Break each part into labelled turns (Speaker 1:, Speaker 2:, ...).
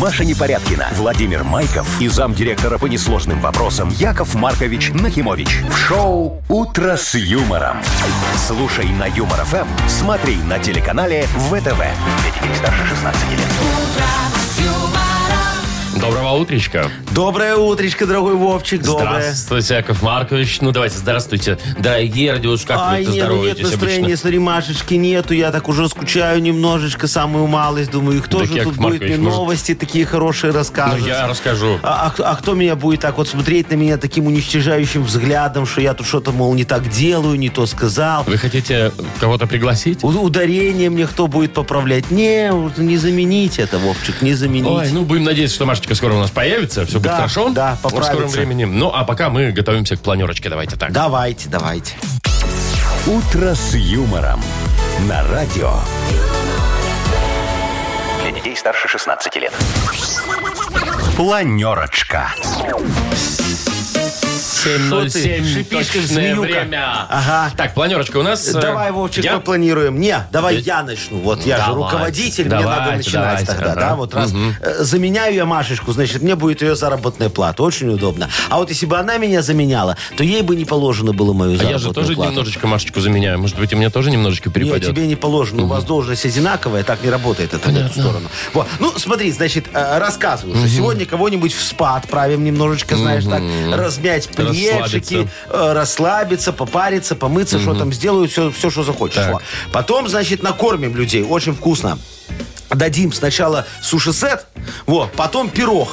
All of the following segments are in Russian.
Speaker 1: Маша Непорядкина, Владимир Майков и замдиректора по несложным вопросам Яков Маркович Нахимович. В шоу «Утро с юмором». Слушай на Юмор ФМ, смотри на телеканале ВТВ. Для детей старше 16 лет.
Speaker 2: Доброго утречка.
Speaker 3: Доброе утречко, дорогой Вовчик. Доброе.
Speaker 2: Здравствуйте, Яков Маркович. Ну, давайте, здравствуйте, дорогие радиус. Как
Speaker 3: Ай,
Speaker 2: вы
Speaker 3: нет, ну нет
Speaker 2: здороваетесь
Speaker 3: настроения,
Speaker 2: обычно?
Speaker 3: смотри, Машечки нету, я так уже скучаю немножечко, самую малость, думаю, кто
Speaker 2: Так,
Speaker 3: же
Speaker 2: Яков
Speaker 3: тут будет
Speaker 2: Маркович,
Speaker 3: мне
Speaker 2: может-
Speaker 3: новости такие хорошие
Speaker 2: Ну,
Speaker 3: расскажет?
Speaker 2: я расскажу.
Speaker 3: А, а кто- а кто меня будет так вот смотреть на меня таким уничтожающим взглядом, что я тут что-то, мол, не так делаю, не то сказал?
Speaker 2: Вы хотите кого-то пригласить?
Speaker 3: У- Ударение мне кто будет поправлять? Не, вот не заменить это, Вовчик, не заменить.
Speaker 2: Ой, ну будем надеяться, что Машечка скоро у нас появится. Все будет
Speaker 3: Угу. Да,
Speaker 2: хорошо.
Speaker 3: да,
Speaker 2: В скором
Speaker 3: поправится.
Speaker 2: времени. Ну, а пока мы готовимся к планерочке. Давайте так.
Speaker 3: Давайте, давайте.
Speaker 1: «Утро с юмором» на радио. Для детей старше 16 лет. Планерочка.
Speaker 2: 7.07.
Speaker 3: Что ты, шипишь, как
Speaker 2: Точное
Speaker 3: змеюка.
Speaker 2: время.
Speaker 3: Ага.
Speaker 2: Так, планерочка у нас. э,
Speaker 3: Давай, Вовчик,
Speaker 2: я? Э,
Speaker 3: что планируем? Не, давай я начну. Вот я же
Speaker 2: Давайте,
Speaker 3: руководитель, мне надо
Speaker 2: давайте,
Speaker 3: начинать
Speaker 2: давайте,
Speaker 3: тогда.
Speaker 2: ага.
Speaker 3: Да, вот раз. э, Заменяю я Машечку, значит, мне будет ее заработная плата. Очень удобно. А вот если бы она меня заменяла, то ей бы не положено было мою
Speaker 2: А
Speaker 3: заработную
Speaker 2: я же тоже
Speaker 3: плату.
Speaker 2: немножечко Машечку заменяю. Может быть, и мне тоже немножечко
Speaker 3: Нет,
Speaker 2: перепадет.
Speaker 3: тебе не положено. У вас должность одинаковая, так не работает это в эту сторону. Вот. Ну, смотри, значит, э, рассказываю, что сегодня кого-нибудь в спа отправим немножечко, знаешь, так, размять плечики,
Speaker 2: Расслабиться.
Speaker 3: э, расслабиться, попариться, помыться, что там сделают, все, все что захочешь.
Speaker 2: Так.
Speaker 3: Во. Потом, значит, накормим людей. Очень вкусно. Дадим сначала суши-сет, вот, потом пирог.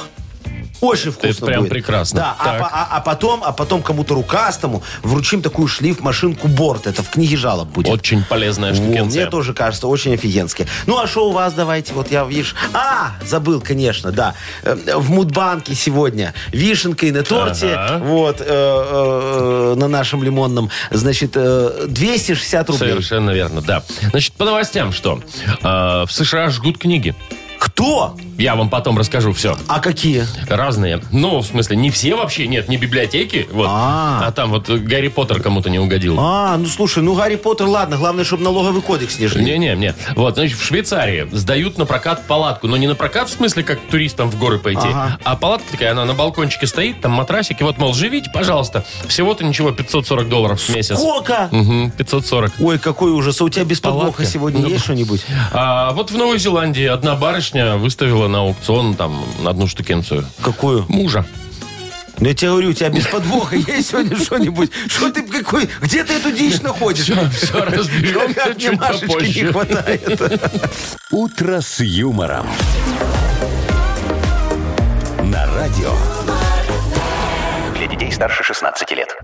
Speaker 3: Очень вкусно
Speaker 2: прям
Speaker 3: будет.
Speaker 2: прекрасно.
Speaker 3: Да, а
Speaker 2: Так.
Speaker 3: по- а, а потом, а потом кому-то рукастому вручим такую шлиф-машинку борт. Это в книге жалоб будет.
Speaker 2: Очень полезная
Speaker 3: Во,
Speaker 2: штукенция.
Speaker 3: мне тоже кажется, очень офигенски. Ну, а что у вас, давайте, вот я, видишь... А, забыл, конечно, да. Э, В Мудбанке сегодня вишенкой на торте,
Speaker 2: Ага.
Speaker 3: вот, э, э, э, на нашем лимонном, значит, э, 260 рублей.
Speaker 2: Совершенно верно, да. Значит, по новостям что? Э, в США жгут книги.
Speaker 3: Кто?
Speaker 2: Я вам потом расскажу все.
Speaker 3: А какие?
Speaker 2: Разные. Ну, в смысле, не все вообще, нет, не библиотеки. Вот.
Speaker 3: А.
Speaker 2: А там вот Гарри Поттер кому-то не угодил.
Speaker 3: А, ну, слушай, ну, Гарри Поттер, ладно, главное, чтобы налоговый кодекс не жгли.
Speaker 2: Не-не-не. Вот, значит, в Швейцарии сдают на прокат палатку. Но не на прокат, в смысле, как туристам в горы пойти,
Speaker 3: Ага.
Speaker 2: а палатка такая, она на балкончике стоит, там матрасик, и вот, мол, живите, пожалуйста. Всего-то ничего, 540 долларов в месяц.
Speaker 3: Сколько?
Speaker 2: Мгм, 540.
Speaker 3: Ой, какой ужас. А у тебя без подвоха
Speaker 2: Палатки.
Speaker 3: сегодня
Speaker 2: Ну,
Speaker 3: есть что-нибудь?
Speaker 2: А вот в Новой Зеландии одна барышня выставила на аукцион там одну штукенцию.
Speaker 3: Какую?
Speaker 2: Мужа.
Speaker 3: Ну, я тебе говорю, у тебя без подвоха есть сегодня что-нибудь? Что ты какой? Где ты эту дичь находишь?
Speaker 2: Все, разберемся
Speaker 3: Как мне
Speaker 2: чуть
Speaker 3: Машечки
Speaker 2: попозже.
Speaker 3: не хватает.
Speaker 1: «Утро с юмором». На радио. Для детей старше 16 лет.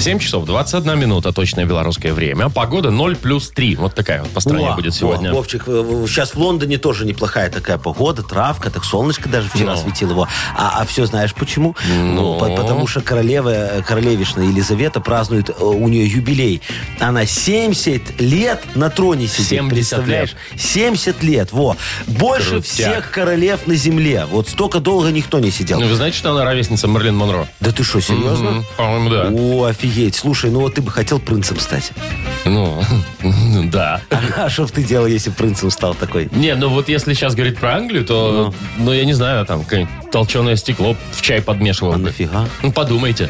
Speaker 2: 7 часов 21 минута, точное белорусское время. Погода 0 плюс 3. Вот такая вот по стране
Speaker 3: Во,
Speaker 2: будет
Speaker 3: во,
Speaker 2: сегодня.
Speaker 3: Вовчик, сейчас в Лондоне тоже неплохая такая погода, травка, так солнышко даже вчера
Speaker 2: Ну.
Speaker 3: светило. Во. А, все знаешь почему?
Speaker 2: Ну.
Speaker 3: по- потому что королева, э, королевишна Елизавета празднует э, у нее юбилей. Она 70 лет на троне сидит,
Speaker 2: 70
Speaker 3: представляешь? 70 лет, во. Больше
Speaker 2: Крутяк.
Speaker 3: всех королев на земле. Вот столько долго никто не сидел.
Speaker 2: Ну, вы знаете, что она ровесница Мерлин Монро?
Speaker 3: Да ты что, серьезно?
Speaker 2: М, По-моему, да.
Speaker 3: О, офигеть. Слушай, ну вот ты бы хотел принцем стать.
Speaker 2: Ну, да.
Speaker 3: А что бы ты делал, если принцем стал такой?
Speaker 2: Не, ну вот если сейчас говорить про Англию, то, ну, я не знаю, там, какое-нибудь толченое стекло в чай подмешивал
Speaker 3: А
Speaker 2: бы.
Speaker 3: нафига?
Speaker 2: Ну, подумайте.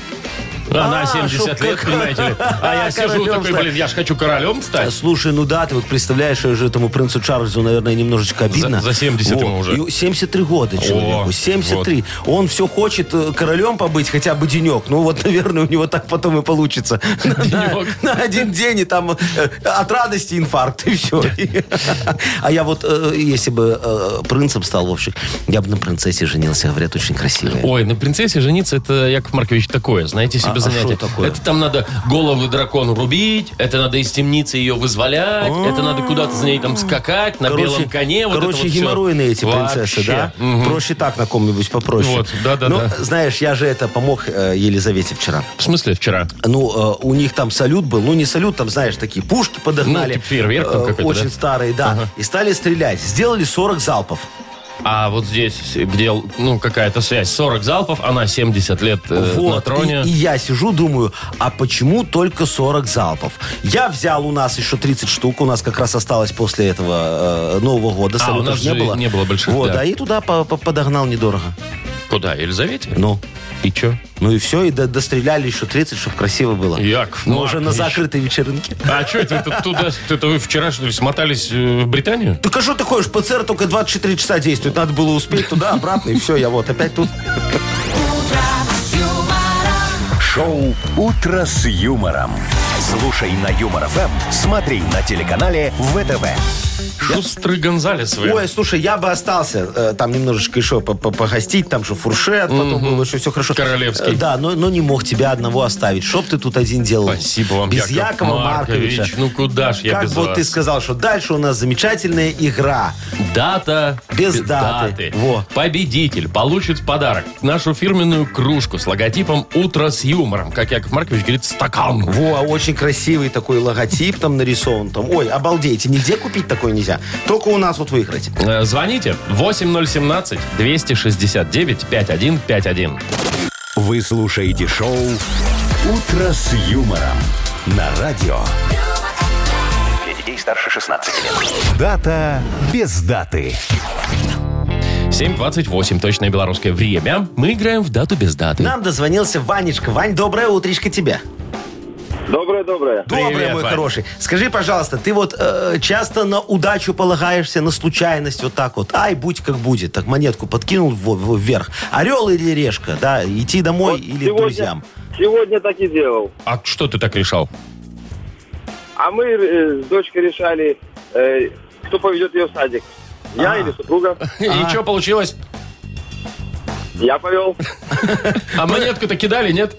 Speaker 2: Она
Speaker 3: А,
Speaker 2: 70 лет,
Speaker 3: чтоб-
Speaker 2: понимаете ли. А я сижу
Speaker 3: Королем
Speaker 2: такой,
Speaker 3: стать.
Speaker 2: блин, я же хочу королем
Speaker 3: Э,
Speaker 2: стать.
Speaker 3: Слушай, ну да, ты вот представляешь, э, же этому принцу Чарльзу, наверное, немножечко обидно.
Speaker 2: за 70
Speaker 3: Во.
Speaker 2: ему уже.
Speaker 3: И 73 года человеку,
Speaker 2: вот.
Speaker 3: 73. Он все хочет э, королем побыть хотя бы денек. Ну вот, наверное, у него так потом и получится. На- На на один день, и там э, от радости инфаркт, и все. А я вот, э, если бы э, принцем стал, Вовчик, я бы на принцессе женился, говорят, очень красивая.
Speaker 2: Ой, на принцессе жениться, это, Яков Маркович, такое, знаете себе
Speaker 3: а
Speaker 2: занятие.
Speaker 3: шо такое?
Speaker 2: Это там надо головы дракону рубить, это надо из темницы ее вызволять, это надо куда-то за ней там скакать на белом коне. вот это
Speaker 3: короче,
Speaker 2: вот всё.
Speaker 3: геморройные эти принцессы, да?
Speaker 2: Вообще. Мгм.
Speaker 3: Проще так на ком-нибудь попроще.
Speaker 2: Вот, да-да-да.
Speaker 3: Ну, знаешь, я же это помог э, Елизавете вчера.
Speaker 2: В смысле вчера?
Speaker 3: Ну, э, у них там салют был, ну не салют, там, знаешь, такие пушки подогнали. Э,
Speaker 2: Ну, типа фейерверк там какой-то,
Speaker 3: Очень
Speaker 2: да?
Speaker 3: старые, да. И стали стрелять. Сделали 40 залпов.
Speaker 2: А вот здесь, где, ну, какая-то связь, 40 залпов, она 70 лет э, на
Speaker 3: Вот, и,
Speaker 2: троне.
Speaker 3: и я сижу, думаю, а почему только 40 залпов? Я взял у нас еще 30 штук, у нас как раз осталось после этого э, Нового года,
Speaker 2: А,
Speaker 3: салютов
Speaker 2: у нас
Speaker 3: не
Speaker 2: же
Speaker 3: было.
Speaker 2: не было больших,
Speaker 3: Вот,
Speaker 2: да.
Speaker 3: а и туда по- по- подогнал недорого.
Speaker 2: Куда? Елизавете?
Speaker 3: Ну,
Speaker 2: И чё?
Speaker 3: ну и все, и до- достреляли еще 30, чтобы красиво было.
Speaker 2: Яков
Speaker 3: Ну, уже на
Speaker 2: Маркович.
Speaker 3: закрытой вечеринке.
Speaker 2: А что это ты туда? Это вы вчера, что ли, смотались э, в Британию?
Speaker 3: Так а что такое, ж ПЦР только 24 часа действует. Надо было успеть туда, обратно, и все, я вот опять тут.
Speaker 1: Шоу «Утро с юмором». Слушай на Юмор ФМ, смотри на телеканале ВТВ.
Speaker 2: Шустрый Гонзалес вы.
Speaker 3: Ой, слушай, я бы остался э, там немножечко еще по- по- погостить, там же фуршет, потом было, что все хорошо.
Speaker 2: Королевский.
Speaker 3: Э, Да, но, но не мог тебя одного оставить. Чтоб ты тут один делал.
Speaker 2: Спасибо вам,
Speaker 3: Без
Speaker 2: Яков
Speaker 3: Якова
Speaker 2: Маркович.
Speaker 3: Марковича.
Speaker 2: Ну куда ж я
Speaker 3: как
Speaker 2: без
Speaker 3: вот
Speaker 2: вас?
Speaker 3: ты сказал, что дальше у нас замечательная игра.
Speaker 2: Дата
Speaker 3: Без даты. Во.
Speaker 2: Победитель получит в подарок нашу фирменную кружку с логотипом «Утро с юмором». Как Яков Маркович говорит, стакан.
Speaker 3: Во, очень красивый такой логотип там нарисован. Там. Ой, обалдейте, нигде купить такое нельзя. Только у нас вот выиграть.
Speaker 2: Э, Звоните 8017-269-5151.
Speaker 1: Вы слушаете шоу «Утро с юмором» на радио. Для детей старше 16 лет. Дата без даты.
Speaker 2: 7.28, точное белорусское время. Мы играем в дату без даты.
Speaker 3: Нам дозвонился Ванечка. Вань, доброе утречко тебе.
Speaker 4: Доброе-доброе.
Speaker 3: Доброе,
Speaker 2: Привет,
Speaker 3: мой
Speaker 2: Вань.
Speaker 3: хороший. Скажи, пожалуйста, ты вот э, часто на удачу полагаешься, на случайность вот так вот? Ай, будь как будет. Так монетку подкинул в- в- вверх. Орел или решка, да? Идти домой
Speaker 4: Вот
Speaker 3: или к
Speaker 4: сегодня-
Speaker 3: друзьям?
Speaker 4: Сегодня так и делал.
Speaker 2: А что ты так решал?
Speaker 4: А мы э, с дочкой решали, э, кто поведет ее в садик. Я или супруга.
Speaker 3: А.
Speaker 2: И что получилось?
Speaker 4: Я повел.
Speaker 2: А монетку-то кидали, нет?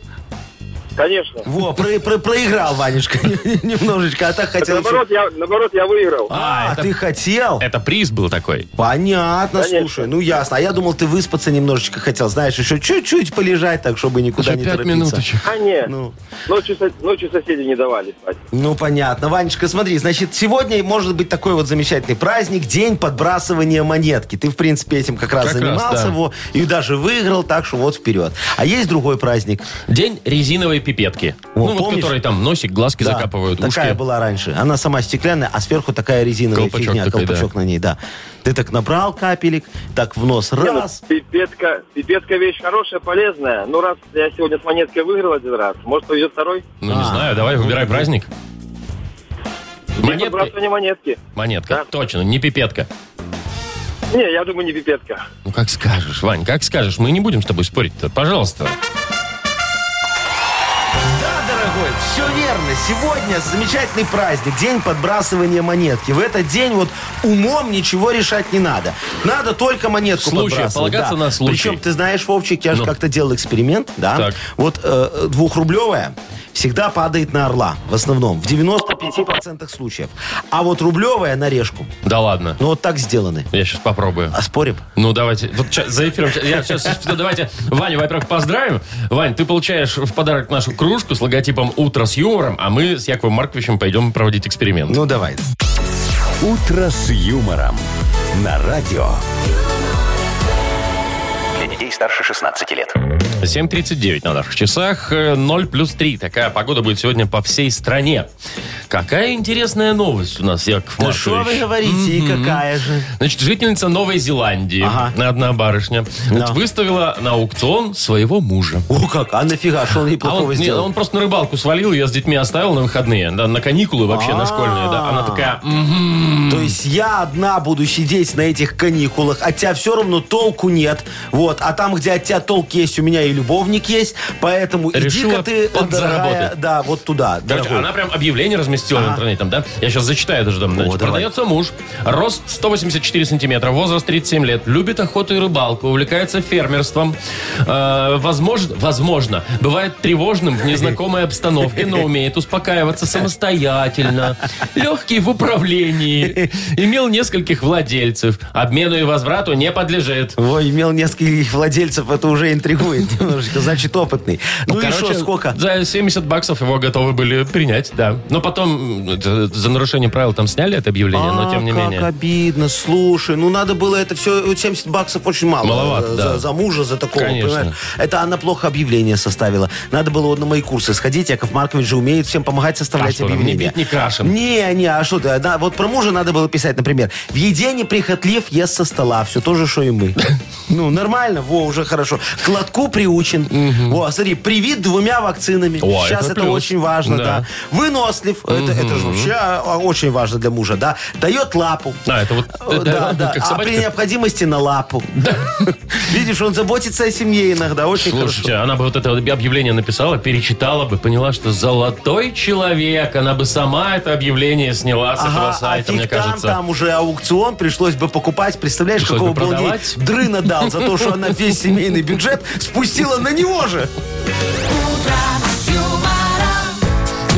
Speaker 4: Конечно.
Speaker 3: Во, про- про- проиграл, Ванюшка, немножечко. А так
Speaker 4: Так,
Speaker 3: хотел еще-
Speaker 4: наоборот, я, наоборот, я выиграл.
Speaker 3: А,
Speaker 2: А, это-
Speaker 3: ты хотел?
Speaker 2: Это приз был такой.
Speaker 3: Понятно,
Speaker 4: Конечно.
Speaker 3: слушай, ну ясно. А я думал, ты выспаться немножечко хотел, знаешь, еще чуть-чуть полежать, так, чтобы никуда не торопиться.
Speaker 4: А не,
Speaker 3: Ну.
Speaker 4: ночью, со- ночью соседи не давали спать.
Speaker 3: Ну, понятно. Ванечка, смотри, значит, сегодня может быть такой вот замечательный праздник, день подбрасывания монетки. Ты, в принципе, этим как раз
Speaker 2: Как раз,
Speaker 3: занимался
Speaker 2: да.
Speaker 3: во, и даже выиграл, так что вот вперед. А есть другой праздник?
Speaker 2: День резиновой пипетки.
Speaker 3: О,
Speaker 2: ну, вот
Speaker 3: помнишь?
Speaker 2: которые там носик, глазки
Speaker 3: Да,
Speaker 2: закапывают,
Speaker 3: Такая
Speaker 2: ушки.
Speaker 3: была раньше. Она сама стеклянная, а сверху такая резиновая
Speaker 2: Колпачок
Speaker 3: фигня,
Speaker 2: такой,
Speaker 3: колпачок на ней, да. Ты так набрал капелек, так в нос
Speaker 4: Не, ну,
Speaker 3: раз.
Speaker 4: Пипетка, пипетка вещь хорошая, полезная. Но раз я сегодня с монеткой выиграл один раз, может повезет второй?
Speaker 2: Ну, не
Speaker 3: А.
Speaker 2: знаю, давай, выбирай праздник.
Speaker 4: День
Speaker 2: Монетка.
Speaker 4: подбрасывания монетки.
Speaker 2: Монетка,
Speaker 4: Да.
Speaker 2: точно, не пипетка.
Speaker 4: Не, я думаю, не пипетка.
Speaker 2: Ну, как скажешь, Вань, как скажешь. Мы не будем с тобой спорить-то, пожалуйста.
Speaker 3: Да, дорогой, все верно. Сегодня замечательный праздник, день подбрасывания монетки. В этот день вот умом ничего решать не надо. Надо только монетку
Speaker 2: Случай,
Speaker 3: подбрасывать.
Speaker 2: полагаться
Speaker 3: да.
Speaker 2: на случай.
Speaker 3: Причем, ты знаешь, Вовчик, я же
Speaker 2: Ну.
Speaker 3: как-то делал эксперимент, да?
Speaker 2: Так.
Speaker 3: Вот э, двухрублевая всегда падает на орла, в основном, в 95% случаев. А вот рублевая на решку.
Speaker 2: Да ладно,
Speaker 3: Ну вот так сделаны.
Speaker 2: я сейчас попробую.
Speaker 3: А спорим?
Speaker 2: Ну, давайте. Вот ща- за эфиром. ща- Я сейчас, давайте Ваню, во-первых, поздравим. Вань, ты получаешь в подарок нашу кружку с логотипом «Утро с юмором», а мы с Яковом Марковичем пойдем проводить эксперимент.
Speaker 3: Ну давай.
Speaker 1: «Утро с юмором» на радио. Для детей старше 16 лет.
Speaker 2: 7.39 на наших часах, э, 0 плюс 3. Такая погода будет сегодня по всей стране. Какая интересная новость у нас, Яков
Speaker 3: Да
Speaker 2: Маркович.
Speaker 3: что вы говорите, и какая же?
Speaker 2: Значит, жительница Новой Зеландии,
Speaker 3: Ага.
Speaker 2: одна барышня, значит, выставила на аукцион своего мужа.
Speaker 3: О, как? А нафига, что он ей
Speaker 2: А
Speaker 3: плохого
Speaker 2: он, не,
Speaker 3: сделал?
Speaker 2: он просто на рыбалку свалил, ее с детьми оставил на выходные, да, на каникулы вообще, на школьные. Да.
Speaker 3: А.
Speaker 2: Она такая, «Мгм».
Speaker 3: То есть я одна буду сидеть на этих каникулах, от тебя все равно толку нет. Вот, а там, где от тебя толк есть, у меня и любовник есть, поэтому
Speaker 2: Решила
Speaker 3: иди-ка ты, дорогая,
Speaker 2: подзаработать.
Speaker 3: да, вот туда.
Speaker 2: Короче,
Speaker 3: дорогой.
Speaker 2: она прям объявление разместила в интернете, там, да? Я сейчас зачитаю даже там. Значит,
Speaker 3: давай.
Speaker 2: продается муж, рост 184 сантиметра, возраст 37 лет, любит охоту и рыбалку, увлекается фермерством. Э, возможно, возможно, бывает тревожным в незнакомой обстановке, но умеет успокаиваться самостоятельно. Легкий в управлении. Имел нескольких владельцев. Обмену и возврату не подлежит.
Speaker 3: Ой, имел нескольких владельцев, это уже интригует немножечко, значит, опытный. Ну, и
Speaker 2: Короче,
Speaker 3: что, сколько?
Speaker 2: За 70 баксов его готовы были принять, да. Но потом потом э, за нарушение правил там сняли это объявление, но
Speaker 3: А,
Speaker 2: тем не
Speaker 3: как
Speaker 2: менее.
Speaker 3: обидно, слушай, ну надо было это все, 70 баксов очень мало.
Speaker 2: Маловато,
Speaker 3: за,
Speaker 2: да.
Speaker 3: за мужа, за такого,
Speaker 2: Конечно.
Speaker 3: понимаешь? Это она плохо объявление составила. Надо было вот на мои курсы сходить, Яков Маркович же умеет всем помогать
Speaker 2: А
Speaker 3: составлять
Speaker 2: что там,
Speaker 3: объявления.
Speaker 2: не бить, не крашем?
Speaker 3: Не, не, а что ты, одна- вот про мужа надо было писать, например, в еде неприхотлив, ест со стола, все то же, что и мы. Ну, нормально, во, уже хорошо. К лотку приучен. Во, смотри, привит двумя вакцинами.
Speaker 2: О,
Speaker 3: Сейчас
Speaker 2: это
Speaker 3: это,
Speaker 2: плюс.
Speaker 3: очень важно,
Speaker 2: Да.
Speaker 3: да. Вынослив, это, же вообще а, очень важно для мужа, да. Дает лапу.
Speaker 2: А, это вот
Speaker 3: Э,
Speaker 2: э,
Speaker 3: Да,
Speaker 2: э,
Speaker 3: да.
Speaker 2: как
Speaker 3: А при
Speaker 2: собачка.
Speaker 3: необходимости на лапу. Видишь, он заботится о семье иногда, очень
Speaker 2: Слушайте,
Speaker 3: хорошо.
Speaker 2: она бы вот это вот объявление написала, перечитала бы, поняла, что золотой человек, она бы сама это объявление сняла с этого
Speaker 3: Ага, а
Speaker 2: сайта, мне
Speaker 3: фиг там,
Speaker 2: кажется.
Speaker 3: там уже аукцион пришлось бы покупать. Представляешь,
Speaker 2: Пришлось
Speaker 3: какого
Speaker 2: бы
Speaker 3: бы он ей
Speaker 2: продавать.
Speaker 3: дрына дал за то, что она весь семейный бюджет спустила на него же.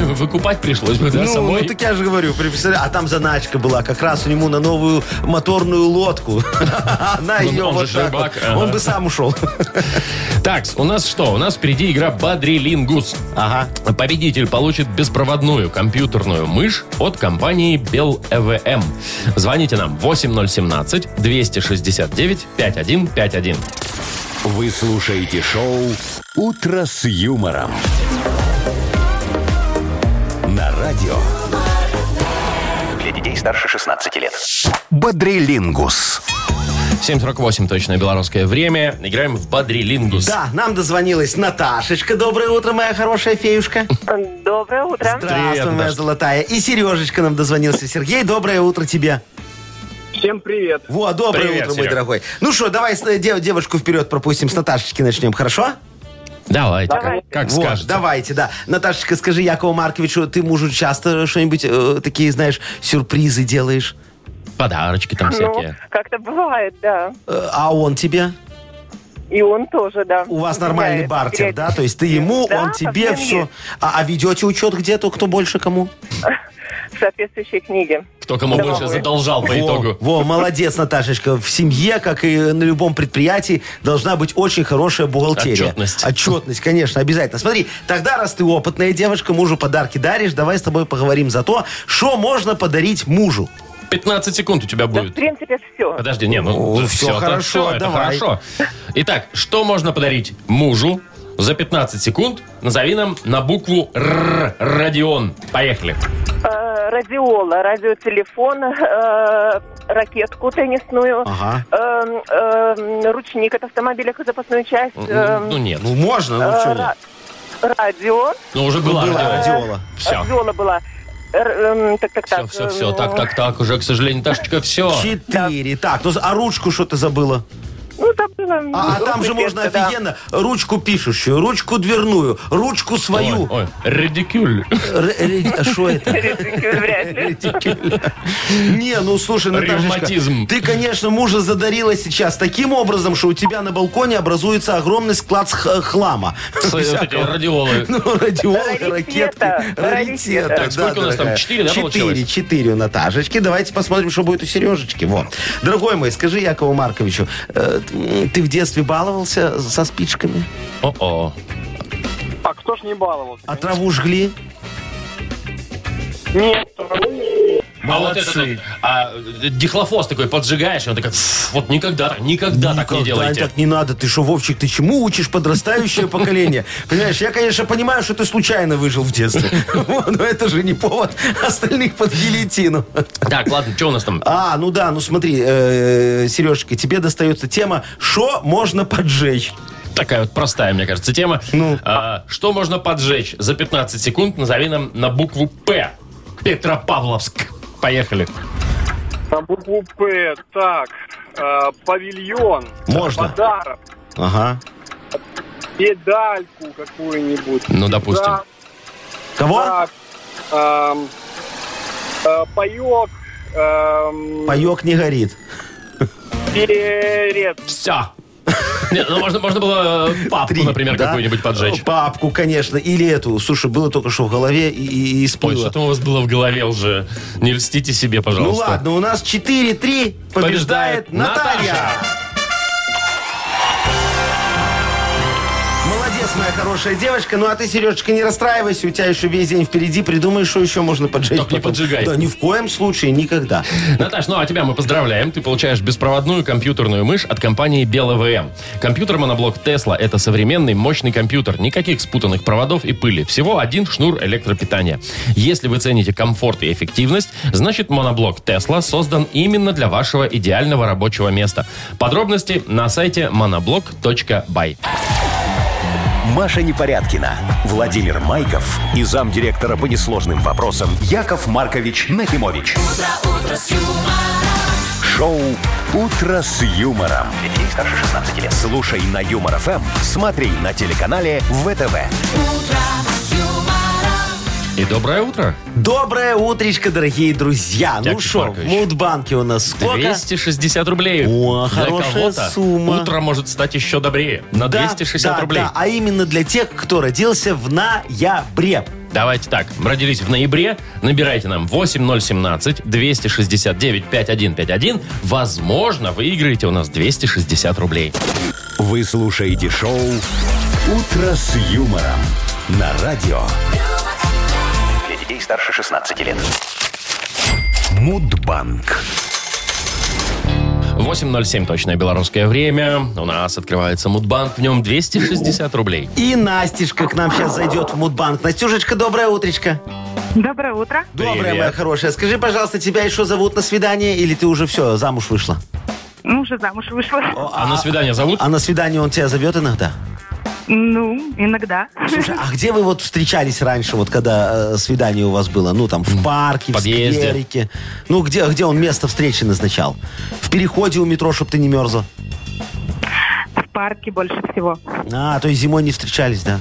Speaker 2: Выкупать пришлось бы, да,
Speaker 3: ну,
Speaker 2: самой.
Speaker 3: ну, так я же говорю, при- представля- а там заначка была как раз у него на новую моторную лодку. Она
Speaker 2: Ну,
Speaker 3: ее
Speaker 2: он
Speaker 3: вот
Speaker 2: же
Speaker 3: так
Speaker 2: рыбак,
Speaker 3: вот.
Speaker 2: ага.
Speaker 3: Он бы сам ушел.
Speaker 2: Так, у нас что? У нас впереди игра «Бадрилингус».
Speaker 3: Ага.
Speaker 2: Победитель получит беспроводную компьютерную мышь от компании Bell EVM. Эм». Звоните нам 8017-269-5151.
Speaker 1: Вы слушаете шоу «Утро с юмором». На радио.
Speaker 5: Для детей старше 16 лет.
Speaker 1: Бодрилингус.
Speaker 2: 7.48 точное белорусское время. Играем в «Бадрилингус».
Speaker 3: Да, нам дозвонилась Наташечка. Доброе утро, моя хорошая феюшка.
Speaker 6: Доброе утро.
Speaker 2: Привет,
Speaker 3: Здравствуй, моя
Speaker 2: Наташ.
Speaker 3: золотая. И Сережечка нам дозвонился. Сергей, доброе утро тебе.
Speaker 4: Всем привет.
Speaker 3: Во, доброе
Speaker 2: Привет,
Speaker 3: утро,
Speaker 2: Серег.
Speaker 3: мой дорогой. Ну что, давай с- э, дев- девочку вперед пропустим. С Наташечки начнем, хорошо?
Speaker 2: Давайте,
Speaker 6: Давайте.
Speaker 2: как, как
Speaker 3: Вот,
Speaker 2: скажете.
Speaker 3: давайте, да. Наташечка, скажи Якову Марковичу, ты мужу часто что-нибудь э, такие, знаешь, сюрпризы делаешь?
Speaker 2: Подарочки там
Speaker 6: Ну,
Speaker 2: всякие.
Speaker 6: как-то бывает, да.
Speaker 3: Э, а он тебе?
Speaker 6: И он тоже, да.
Speaker 3: У вас нормальный
Speaker 6: Меняет.
Speaker 3: бартер, да? То есть ты ему,
Speaker 6: Да,
Speaker 3: он тебе,
Speaker 6: совсем
Speaker 3: все.
Speaker 6: есть.
Speaker 3: А, а ведете учет где-то, кто больше кому?
Speaker 6: В соответствующей книге.
Speaker 2: Кто кому
Speaker 6: Да,
Speaker 2: больше
Speaker 6: ой.
Speaker 2: задолжал по
Speaker 3: Во,
Speaker 2: итогу.
Speaker 3: Во, молодец, Наташечка. В семье, как и на любом предприятии, должна быть очень хорошая бухгалтерия.
Speaker 2: Отчетность.
Speaker 3: Отчетность, конечно, обязательно. Смотри, тогда, раз ты опытная девушка, мужу подарки даришь, давай с тобой поговорим за то, что можно подарить мужу.
Speaker 2: 15 секунд у тебя
Speaker 6: Да, Ну, в
Speaker 2: будет.
Speaker 6: принципе, все.
Speaker 2: Подожди, не, ну
Speaker 3: О,
Speaker 2: да,
Speaker 3: всё
Speaker 2: всё, это
Speaker 3: хорошо,
Speaker 2: всё, это
Speaker 3: давай.
Speaker 2: хорошо. Итак, что можно подарить мужу за 15 секунд? Назови нам на букву Р. Родион. Поехали.
Speaker 6: Э, радиола, радиотелефон, э, ракетку теннисную,
Speaker 3: Ага.
Speaker 6: эм, эм, ручник от автомобиля, как запасную часть, эм,
Speaker 2: Ну нет,
Speaker 3: Ну, можно, ну
Speaker 6: э,
Speaker 3: чё
Speaker 6: ра-
Speaker 3: нет.
Speaker 6: радио,
Speaker 2: ну уже была.
Speaker 3: Было
Speaker 2: Родион.
Speaker 3: радиола.
Speaker 2: Все.
Speaker 6: радиола была. Р- эм, так, так,
Speaker 2: Все,
Speaker 6: так.
Speaker 2: все, все.
Speaker 6: эм,
Speaker 2: Так, так, так. Уже, к сожалению, Ташечка, все.
Speaker 3: Четыре. Так, ну а ручку что ты забыла?
Speaker 6: Ну, там было,
Speaker 3: А, а
Speaker 6: ну,
Speaker 3: там же можно
Speaker 6: приперто, да.
Speaker 3: офигенно ручку пишущую, ручку дверную, ручку свою.
Speaker 2: Ой, редикюль.
Speaker 3: Р- р- Что это?
Speaker 6: Вряд ли.
Speaker 3: Не, ну слушай, Наташечка,
Speaker 2: Ревматизм.
Speaker 3: ты, конечно, мужа задарила сейчас таким образом, что у тебя на балконе образуется огромный склад с х- хлама.
Speaker 2: С- вот эти
Speaker 3: Всякого.
Speaker 2: радиолы.
Speaker 3: Ну, радиолы,
Speaker 6: Раритета,
Speaker 3: ракетки,
Speaker 6: раритета.
Speaker 3: раритета.
Speaker 2: Так, сколько у нас там, четыре, да,
Speaker 3: Четыре,
Speaker 2: получилось?
Speaker 3: четыре у Наташечки. Давайте посмотрим, что будет у Сережечки. Во. Дорогой мой, скажи Якову Марковичу, э, м, ты в детстве баловался со спичками?
Speaker 2: О-о.
Speaker 4: А кто ж не баловался?
Speaker 3: А траву жгли?
Speaker 4: Нет.
Speaker 2: А вот это вот, а, э, дихлофос такой поджигаешь, и он такой, «Ф, вот никогда, так- никогда так не
Speaker 3: Никогда
Speaker 2: делайте.
Speaker 3: Ну, Так не надо. Ты что, Вовчик, ты чему учишь подрастающее поколение? Понимаешь, я, конечно, понимаю, что ты случайно выжил в детстве. Вот, Но это же не повод остальных под гильотину.
Speaker 2: Так, ладно, что у нас там?
Speaker 3: А, ну да, ну смотри, э, Сережечка, тебе достается тема «Шо можно поджечь?»
Speaker 2: Такая вот простая, мне кажется, тема.
Speaker 3: Ну.
Speaker 2: А, что можно поджечь за 15 секунд? Назови нам на букву «П». Петропавловск. Поехали.
Speaker 4: На букву П. Так. э, павильон.
Speaker 3: Можно.
Speaker 4: Подарок.
Speaker 3: Ага.
Speaker 4: Педальку какую-нибудь.
Speaker 2: Ну, допустим.
Speaker 4: Да,
Speaker 3: Кого?
Speaker 4: Так. эм, э, паёк. эм,
Speaker 3: Паек не горит.
Speaker 2: Ну,
Speaker 4: перец.
Speaker 2: Все. Нет, ну можно, можно было э, папку,
Speaker 3: Три,
Speaker 2: например,
Speaker 3: да? Э,
Speaker 2: какую-нибудь поджечь.
Speaker 3: Папку, конечно, или эту. Слушай, было только что в голове и, и, Ну и
Speaker 2: Ой,
Speaker 3: всплыло.
Speaker 2: что там у вас было в голове уже? Не льстите себе,
Speaker 3: Ну
Speaker 2: пожалуйста.
Speaker 3: ладно, у нас 4-3 побеждает,
Speaker 2: Побеждает
Speaker 3: Наталья.
Speaker 2: Наташа.
Speaker 3: Молодец, моя моя хорошая девочка. Ну, а ты, Сережечка, не расстраивайся. У тебя еще весь день впереди. Придумай, что еще можно поджечь.
Speaker 2: Только не
Speaker 3: потом.
Speaker 2: поджигай.
Speaker 3: Да, ни в коем случае, никогда.
Speaker 2: Наташ, ну а тебя мы поздравляем. Ты получаешь беспроводную компьютерную мышь от компании БелВМ. Компьютер моноблок Тесла – это современный мощный компьютер. Никаких спутанных проводов и пыли. Всего один шнур электропитания. Если вы цените комфорт и эффективность, значит моноблок Тесла создан именно для вашего идеального рабочего места. Подробности на сайте monoblock.by.
Speaker 1: Маша Непорядкина, Владимир Майков и замдиректора по несложным вопросам Яков Маркович Нахимович. Шоу Утро с юмором.
Speaker 5: Для детей старше 16 лет.
Speaker 1: Слушай на юмор ФМ, смотри на телеканале ВТВ.
Speaker 2: И доброе утро.
Speaker 3: Доброе утречко, дорогие друзья. ну
Speaker 2: Яков
Speaker 3: что, в
Speaker 2: Маркович.
Speaker 3: Мудбанке у нас сколько?
Speaker 2: 260 рублей.
Speaker 3: О,
Speaker 2: Для
Speaker 3: хорошая
Speaker 2: кого-то
Speaker 3: сумма.
Speaker 2: Утро может стать еще добрее. На
Speaker 3: Да,
Speaker 2: 260
Speaker 3: да,
Speaker 2: рублей.
Speaker 3: да. А именно для тех, кто родился в ноябре.
Speaker 2: Давайте так, родились в ноябре, набирайте нам 8017-269-5151. Возможно, выиграете у нас 260 рублей.
Speaker 1: Вы слушаете шоу Утро с юмором на радио
Speaker 5: Для детей старше 16 лет.
Speaker 1: Мудбанк.
Speaker 2: 8.07 точное белорусское время. У нас открывается Мудбанк, в нем 260 рублей.
Speaker 3: И Настюшка к нам сейчас зайдет в Мудбанк. Настюшечка, доброе утречко.
Speaker 6: Доброе утро.
Speaker 3: Доброе,
Speaker 2: Привет.
Speaker 3: моя хорошая. Скажи, пожалуйста, тебя еще зовут на свидание или ты уже все, замуж вышла?
Speaker 6: Ну, уже замуж вышла.
Speaker 3: О,
Speaker 2: А на свидание зовут?
Speaker 3: а на свидание он тебя зовет иногда?
Speaker 6: Ну, иногда.
Speaker 3: Слушай, а где вы вот встречались раньше, вот когда э, свидание у вас было? Ну, там, в парке, в,
Speaker 2: подъезде.
Speaker 3: скверике. Ну, где, где он место встречи назначал? В переходе у метро, чтобы ты не мерзла.
Speaker 6: В парке больше всего.
Speaker 3: А, то есть зимой не встречались, да?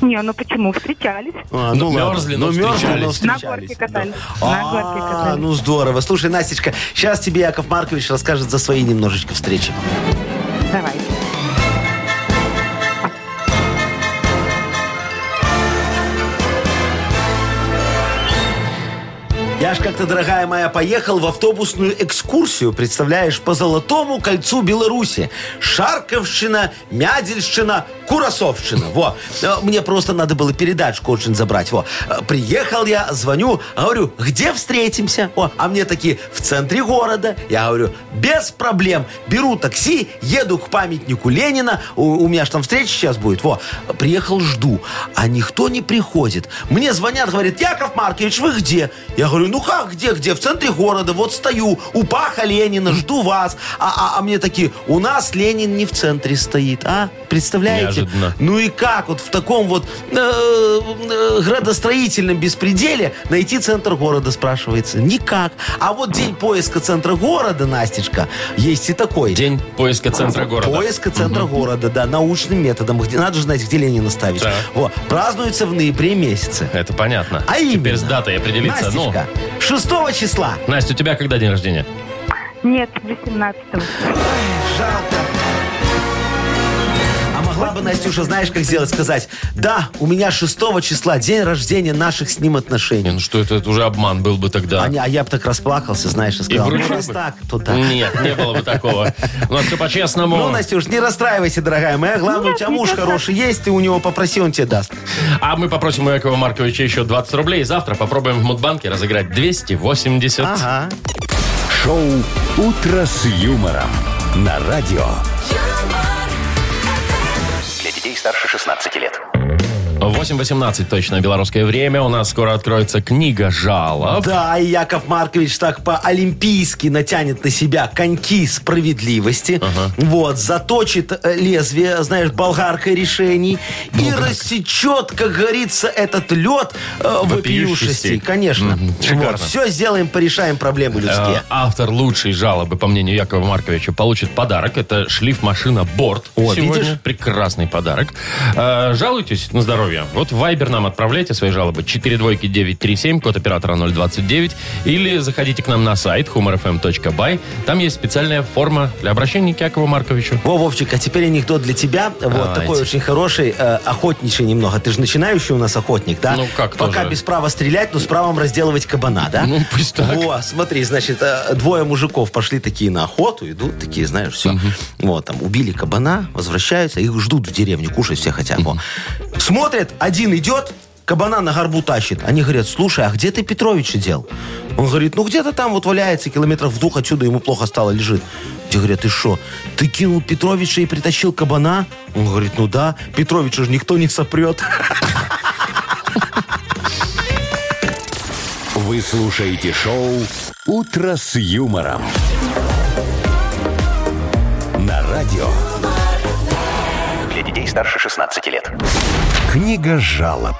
Speaker 6: Не, ну почему? Встречались.
Speaker 3: А,
Speaker 2: Ну,
Speaker 3: ладно.
Speaker 2: мерзли, но
Speaker 3: ну, мерзли, но
Speaker 2: встречались.
Speaker 6: На
Speaker 3: встречались.
Speaker 6: горке
Speaker 3: да.
Speaker 6: катались. На горке
Speaker 3: А,
Speaker 6: катались.
Speaker 3: ну здорово. Слушай, Настечка, сейчас тебе Яков Маркович расскажет за свои немножечко встречи.
Speaker 6: Давай.
Speaker 3: Я ж как-то, дорогая моя, поехал в автобусную экскурсию, представляешь, по Золотому кольцу Беларуси. Шарковщина, Мядельщина, Курасовщина. Во. Э, Мне просто надо было передачку очень забрать. Во. Э, Приехал я, звоню, а говорю, где встретимся? О, а мне такие, в центре города. Я говорю, без проблем. Беру такси, еду к памятнику Ленина. У, у меня ж там встреча сейчас будет. Во. Приехал, жду. А никто не приходит. Мне звонят, говорят, Яков Маркович, вы где? Я говорю, ну как, где, где? В центре города, вот стою, у паха Ленина, жду вас. А, а- а мне такие, у нас Ленин не в центре стоит, а? Представляете?
Speaker 2: Неожиданно.
Speaker 3: Ну и как вот в таком вот э, э, градостроительном беспределе найти центр города, спрашивается? Никак. А вот день поиска центра города, Настечка, есть и такой.
Speaker 2: День поиска центра города.
Speaker 3: Поиска центра города, да, научным методом. Где, надо же знать, где Ленина ставить.
Speaker 2: Так.
Speaker 3: Вот. Празднуется в ноябре месяце.
Speaker 2: Это понятно.
Speaker 3: А именно.
Speaker 2: Теперь с датой определиться.
Speaker 3: Настечка, 6 числа.
Speaker 2: Ну, Настя, у тебя когда день рождения?
Speaker 6: Нет, 18-го.
Speaker 3: Жалко. А могла бы, Настюша, знаешь, как сделать? Сказать, да, у меня 6 числа день рождения наших с ним
Speaker 2: Не,
Speaker 3: отношений.
Speaker 2: ну что это, это уже обман был бы тогда.
Speaker 3: А, не- а я бы так расплакался, знаешь, и сказал, ну
Speaker 2: вручил
Speaker 3: раз
Speaker 2: бы?
Speaker 3: так, то так.
Speaker 2: Нет, не было бы такого. У нас все по-честному.
Speaker 3: Ну, Настюш, не расстраивайся, дорогая моя. Главное,
Speaker 6: Нет,
Speaker 3: у тебя
Speaker 6: не
Speaker 3: муж
Speaker 6: так.
Speaker 3: хороший есть, ты у него попроси, он тебе даст.
Speaker 2: А мы попросим у Якова Марковича еще 20 рублей. Завтра попробуем в Мудбанке разыграть 280.
Speaker 3: Ага.
Speaker 1: Шоу Утро с юмором на радио.
Speaker 5: Для детей старше 16 лет.
Speaker 2: 8.18 точно белорусское время. У нас скоро откроется книга жалоб.
Speaker 3: Да, и Яков Маркович так по-олимпийски натянет на себя коньки справедливости. Вот, заточит э, лезвие, знаешь, болгаркой решений. И рассечет, как говорится, этот лед э, вопиюшести.
Speaker 2: Вопиющести.
Speaker 3: Конечно.
Speaker 2: Мгм, шикарно.
Speaker 3: все сделаем, порешаем проблемы людские.
Speaker 2: Э, Автор лучшей жалобы, по мнению Якова Марковича, получит подарок. Это шлиф-машина Борт.
Speaker 3: О,
Speaker 2: Сегодня
Speaker 3: видишь?
Speaker 2: Прекрасный подарок. Э, Жалуйтесь на здоровья. Вот в Viber нам отправляйте свои жалобы 42937, код оператора 029, или заходите к нам на сайт humorfm.by. Там есть специальная форма для обращения к Якову Марковичу.
Speaker 3: Во, Вовчик, а теперь анекдот для тебя. Вот
Speaker 2: Давайте.
Speaker 3: такой очень хороший, э, охотничий немного. Ты же начинающий у нас охотник, да?
Speaker 2: Ну, как
Speaker 3: Пока
Speaker 2: тоже.
Speaker 3: без права стрелять, но с правом разделывать кабана, да?
Speaker 2: Ну, пусть так.
Speaker 3: Во, смотри, значит, э, двое мужиков пошли такие на охоту, идут такие, знаешь, все. Вот, там, убили кабана, возвращаются, их ждут в деревне, кушать все хотят. Во. Смотрят, один идет, кабана на горбу тащит. Они говорят, слушай, а где ты Петрович сидел? Он говорит, ну где-то там вот валяется, километров в двух отсюда ему плохо стало, лежит. Те говорят, ты что, ты кинул Петровича и притащил кабана? Он говорит, ну да, Петровича же никто не сопрет.
Speaker 1: Вы слушаете шоу «Утро с юмором». На радио.
Speaker 5: Для детей старше 16 лет.
Speaker 1: Книга жалоб.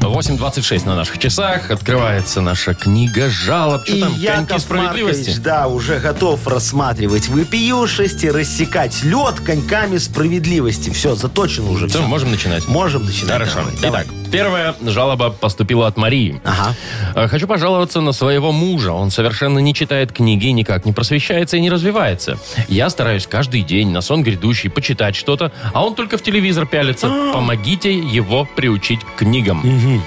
Speaker 2: 8.26 на наших часах. Открывается наша книга жалоб. Что
Speaker 3: И
Speaker 2: там, коньки
Speaker 3: Яков
Speaker 2: справедливости?
Speaker 3: Маркович, да, уже готов рассматривать выпиюшести, рассекать лед коньками справедливости. Все, заточено уже.
Speaker 2: Все,
Speaker 3: всё.
Speaker 2: можем начинать.
Speaker 3: Можем начинать.
Speaker 2: Хорошо.
Speaker 3: Давай, давай.
Speaker 2: Итак, первая жалоба поступила от Марии.
Speaker 3: Ага.
Speaker 2: Э, Хочу пожаловаться на своего мужа. Он совершенно не читает книги, никак не просвещается и не развивается. Я стараюсь каждый день на сон грядущий почитать что-то, а он только в телевизор пялится. Помогите его приучить к книгам.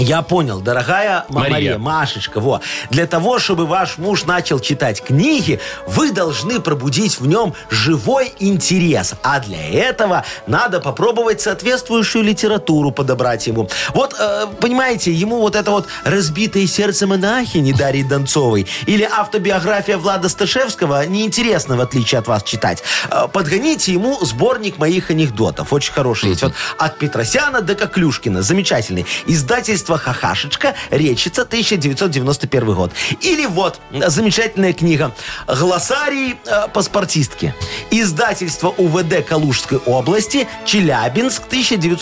Speaker 3: Я понял, дорогая ма-
Speaker 2: Мария.
Speaker 3: Мария. Машечка, во. Для того, чтобы ваш муж начал читать книги, вы должны пробудить в нем живой интерес. А для этого надо попробовать соответствующую литературу подобрать ему. Вот, э, понимаете, ему вот это вот «Разбитое сердце монахини» Дарьи Донцовой или автобиография Влада Сташевского неинтересно, в отличие от вас, читать. Э, Подгоните ему сборник моих анекдотов. Очень хороший есть. Вот от Петросяна до Коклюшкина. Замечательный. Издательство «Хахашечка», Речица, 1991 год. Или вот, э, замечательная книга «Глоссарий э, паспортистки». Издательство УВД Калужской области, Челябинск,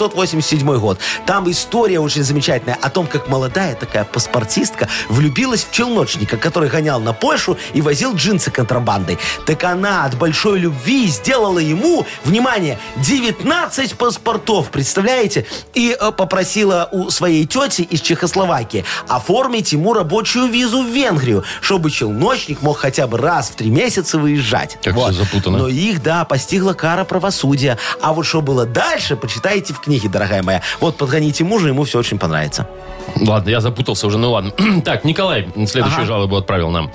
Speaker 3: 1987 год. Там история очень замечательная о том, как молодая такая паспортистка влюбилась в челночника, который гонял на Польшу и возил джинсы контрабандой. Так она от большой любви сделала ему, внимание, 19 паспортов, представляете? И э, попросила у своей тети из Чехословакии оформить ему рабочую визу в Венгрию, чтобы челночник мог хотя бы раз в три месяца выезжать.
Speaker 2: Как всё запутано.
Speaker 3: Но их, да, постигла кара правосудия. А вот что было дальше, почитайте в книге, дорогая моя. Вот подгоните мужа, ему все очень понравится.
Speaker 2: Ладно, я запутался уже, ну ладно. так, Николай следующую
Speaker 3: Ага.
Speaker 2: жалобу отправил нам.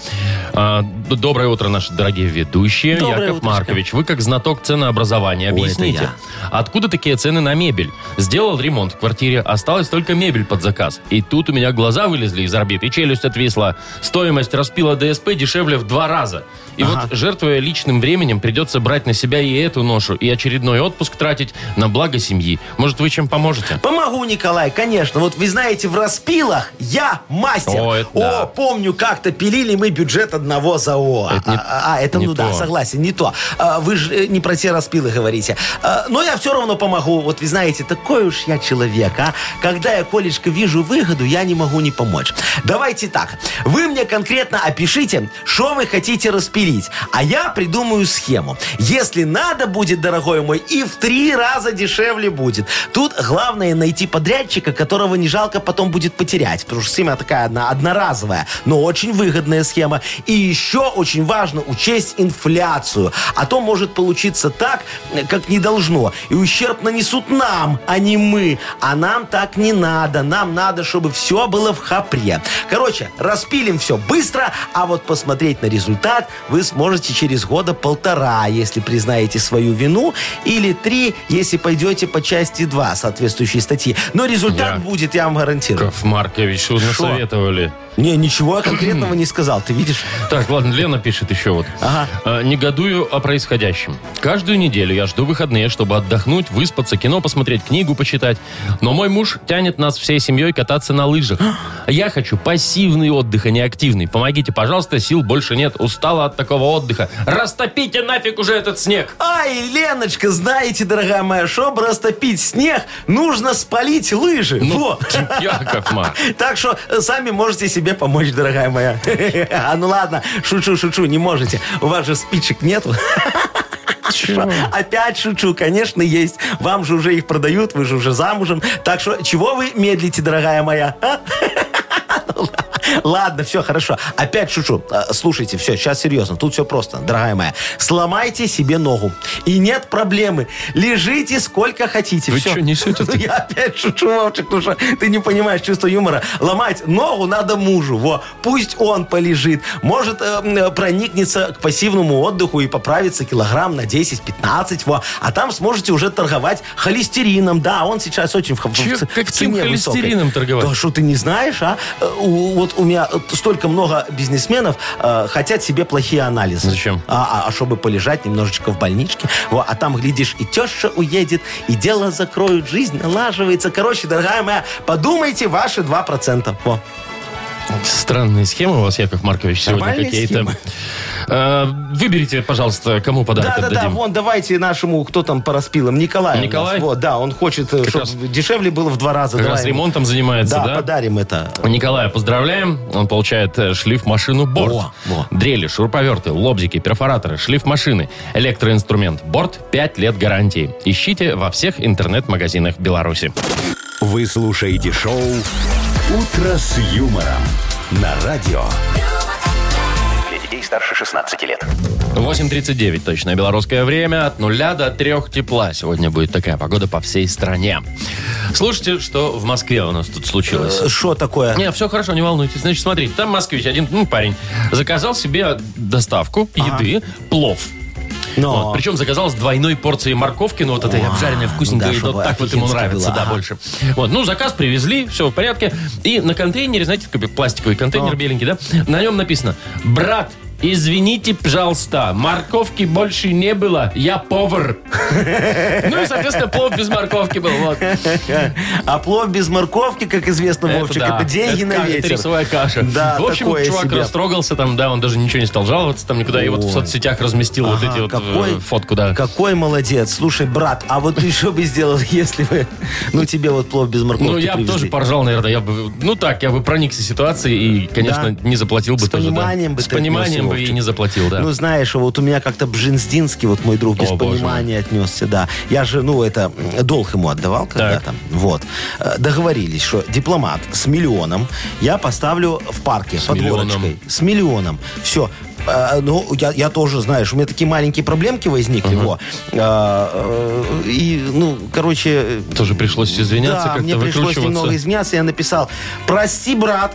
Speaker 2: А, д- доброе утро, наши дорогие ведущие.
Speaker 3: Доброе
Speaker 2: Яков
Speaker 3: утречко.
Speaker 2: Маркович, вы как знаток ценообразования,
Speaker 3: Ой,
Speaker 2: объясните,
Speaker 3: это
Speaker 2: откуда такие цены на мебель? Сделал ремонт в квартире, осталась только мебель под заказ. И тут у меня глаза вылезли из орбит, и челюсть отвисла. Стоимость распила ДСП дешевле в два раза. И
Speaker 3: Ага.
Speaker 2: вот, жертвуя личным временем, придется брать на себя и эту ношу, и очередной отпуск тратить на благо семьи. Может, вы чем поможете?
Speaker 3: Помогу, Николай, конечно. Вот вы знаете, в распилах я мастер.
Speaker 2: О, это да.
Speaker 3: помню, как-то пилили мы бюджет одного ЗАО.
Speaker 2: Это не-
Speaker 3: а, а, это
Speaker 2: не
Speaker 3: ну
Speaker 2: то.
Speaker 3: да, согласен, не то. А, вы же э, не про те распилы говорите. А, но я все равно помогу. Вот вы знаете, такой уж я человек, а. Когда я, Колечка, вижу выгоду, я не могу не помочь. Давайте так. Вы мне конкретно опишите, что вы хотите распилить, а я придумаю схему. Если надо будет, дорогой мой, и в три раза дешевле будет. Тут главное найти подрядчика, которого не жалко потом будет потерять, потому что схема такая одна, одноразовая, но очень выгодная схема. И еще очень важно учесть инфляцию, а то может получиться так, э, как не должно. И ущерб нанесут нам, а не мы. А нам так не надо. Нам надо, чтобы все было в хапре. Короче, распилим все быстро, а вот посмотреть на результат вы сможете через года полтора, если признаете свою вину, или три, если пойдете по части 2 соответствующей статьи. Но результат
Speaker 2: Я-
Speaker 3: будет, я вам гарантирую.
Speaker 2: Яков Маркович, что вы
Speaker 3: Шо?
Speaker 2: насоветовали?
Speaker 3: Не, ничего я конкретного не сказал, ты видишь?
Speaker 2: Так, ладно, Лена пишет еще вот.
Speaker 3: Ага.
Speaker 2: Э, Негодую о происходящем. Каждую неделю я жду выходные, чтобы отдохнуть, выспаться, кино посмотреть, книгу почитать. Но мой муж тянет нас всей семьей кататься на лыжах. А Я хочу пассивный отдых, а не активный. Помогите, пожалуйста, сил больше нет. Устала от такого отдыха. Растопите нафиг уже этот снег.
Speaker 3: Ай, Леночка, знаете, дорогая моя, чтобы растопить снег, нужно спалить лыжи. Во.
Speaker 2: Ну, Яков Марк.
Speaker 3: Так что э, сами можете себе помочь, дорогая моя. А ну ладно, шучу, шучу, не можете. У вас же спичек нету. Опять шучу, конечно, есть. Вам же уже их продают, вы же уже замужем. Так что чего вы медлите, дорогая моя? а? Ну Ладно, все, хорошо. Опять шучу. А, Слушайте, все, сейчас серьезно. Тут все просто, дорогая моя. Сломайте себе ногу. И нет проблемы. Лежите сколько хотите.
Speaker 2: Вы
Speaker 3: Всё.
Speaker 2: чё несёте-то?
Speaker 3: Ну, я опять шучу, Вовчик, потому что ты не понимаешь чувство юмора. Ломать ногу надо мужу. Во. Пусть он полежит. Может, э, м, э, проникнется к пассивному отдыху и поправится килограмм на 10-15. Во. А там сможете уже торговать холестерином. Да, он сейчас очень в, х- в
Speaker 2: Чё,
Speaker 3: ц- в
Speaker 2: каким
Speaker 3: цене высокой.
Speaker 2: холестерином торговать?
Speaker 3: Да что ты не знаешь, а? Э, у- вот у меня э, столько много бизнесменов э, хотят себе плохие анализы.
Speaker 2: Зачем?
Speaker 3: А, а- а чтобы полежать немножечко в больничке. Во, а там, глядишь, и теща уедет, и дело закроют, жизнь налаживается. Короче, дорогая моя, подумайте ваши 2%. Во.
Speaker 2: Странные схемы у вас, Яков Маркович, сегодня
Speaker 3: Нормальные
Speaker 2: какие-то. Э, Выберите, пожалуйста, кому подарок
Speaker 3: Да, да, да,
Speaker 2: отдадим.
Speaker 3: вон давайте нашему, кто там по распилам, Николаю.
Speaker 2: Николай?
Speaker 3: Вот, да, он хочет,
Speaker 2: раз-
Speaker 3: чтобы дешевле было в два раза.
Speaker 2: Как
Speaker 3: Давай
Speaker 2: раз
Speaker 3: ему.
Speaker 2: ремонтом занимается,
Speaker 3: Да,
Speaker 2: да?
Speaker 3: подарим это.
Speaker 2: Николая поздравляем. Он получает э, шлиф-машину Борт.
Speaker 3: Во, во.
Speaker 2: Дрели, шуруповерты, лобзики, перфораторы, шлиф-машины, электроинструмент Борт, 5 лет гарантии. Ищите во всех интернет-магазинах Беларуси.
Speaker 1: Вы слушаете шоу «Утро с юмором» на радио.
Speaker 5: Для детей старше 16 лет.
Speaker 2: 8.39 точное белорусское время. От нуля до трех тепла. Сегодня будет такая погода по всей стране. Слушайте, что в Москве у нас тут случилось.
Speaker 3: Э, Что такое?
Speaker 2: Не, все хорошо, не волнуйтесь. Значит, смотрите, там москвич, один ну, парень, заказал себе доставку еды, плов.
Speaker 3: Но.
Speaker 2: Вот, причем заказал с двойной порцией морковки, ну вот этой обжаренной вкусненькой,
Speaker 3: да,
Speaker 2: и вот
Speaker 3: чтобы
Speaker 2: так вот ему
Speaker 3: офигенская
Speaker 2: нравится,
Speaker 3: была,
Speaker 2: да,
Speaker 3: ага.
Speaker 2: больше. Вот, ну заказ привезли, все в порядке. И на контейнере, знаете, такой пластиковый
Speaker 3: Ну.
Speaker 2: контейнер беленький, да, на нем написано «Брат, Извините, пожалуйста, морковки больше не было, я повар. Ну и, соответственно, плов без морковки был. Вот.
Speaker 3: А плов без морковки, как известно,
Speaker 2: Это
Speaker 3: Вовчик,
Speaker 2: да.
Speaker 3: это деньги
Speaker 2: Это
Speaker 3: на
Speaker 2: ка- это
Speaker 3: ветер.
Speaker 2: рисовая каша.
Speaker 3: Да,
Speaker 2: в общем,
Speaker 3: такое
Speaker 2: чувак
Speaker 3: себе.
Speaker 2: растрогался там, да, он даже ничего не стал жаловаться там никуда. И вот в
Speaker 3: Ой.
Speaker 2: соцсетях разместил вот
Speaker 3: Ага,
Speaker 2: эти вот
Speaker 3: какой-
Speaker 2: э, фотку, да.
Speaker 3: Какой молодец. Слушай, брат, а вот ты что бы сделал, если бы, ну, тебе вот плов без морковки
Speaker 2: Ну, я бы
Speaker 3: привезли?
Speaker 2: тоже поржал, наверное. Я бы, ну так, я бы проникся ситуацией и, конечно,
Speaker 3: Да.
Speaker 2: не заплатил бы
Speaker 3: С
Speaker 2: тоже. да.
Speaker 3: пониманием бы
Speaker 2: С
Speaker 3: ты
Speaker 2: пониманием
Speaker 3: отнесся,
Speaker 2: бы и
Speaker 3: Вовчик.
Speaker 2: не заплатил, да.
Speaker 3: Ну, знаешь, вот у меня как-то Бжинздинский, вот мой друг, без
Speaker 2: О, боже
Speaker 3: понимания отнесся, да. Я же, ну, это, м, долг ему отдавал когда-то. Вот. Э, Договорились, что дипломат с миллионом я поставлю в парке с под
Speaker 2: миллионом.
Speaker 3: горочкой. С миллионом. Все. Ну, я, я тоже, знаешь, у меня такие маленькие проблемки возникли. во. Э, э, И, ну, короче... э,
Speaker 2: Тоже пришлось извиняться,
Speaker 3: да,
Speaker 2: как-то
Speaker 3: мне пришлось
Speaker 2: выкручиваться.
Speaker 3: немного изменяться. Я написал, прости, брат,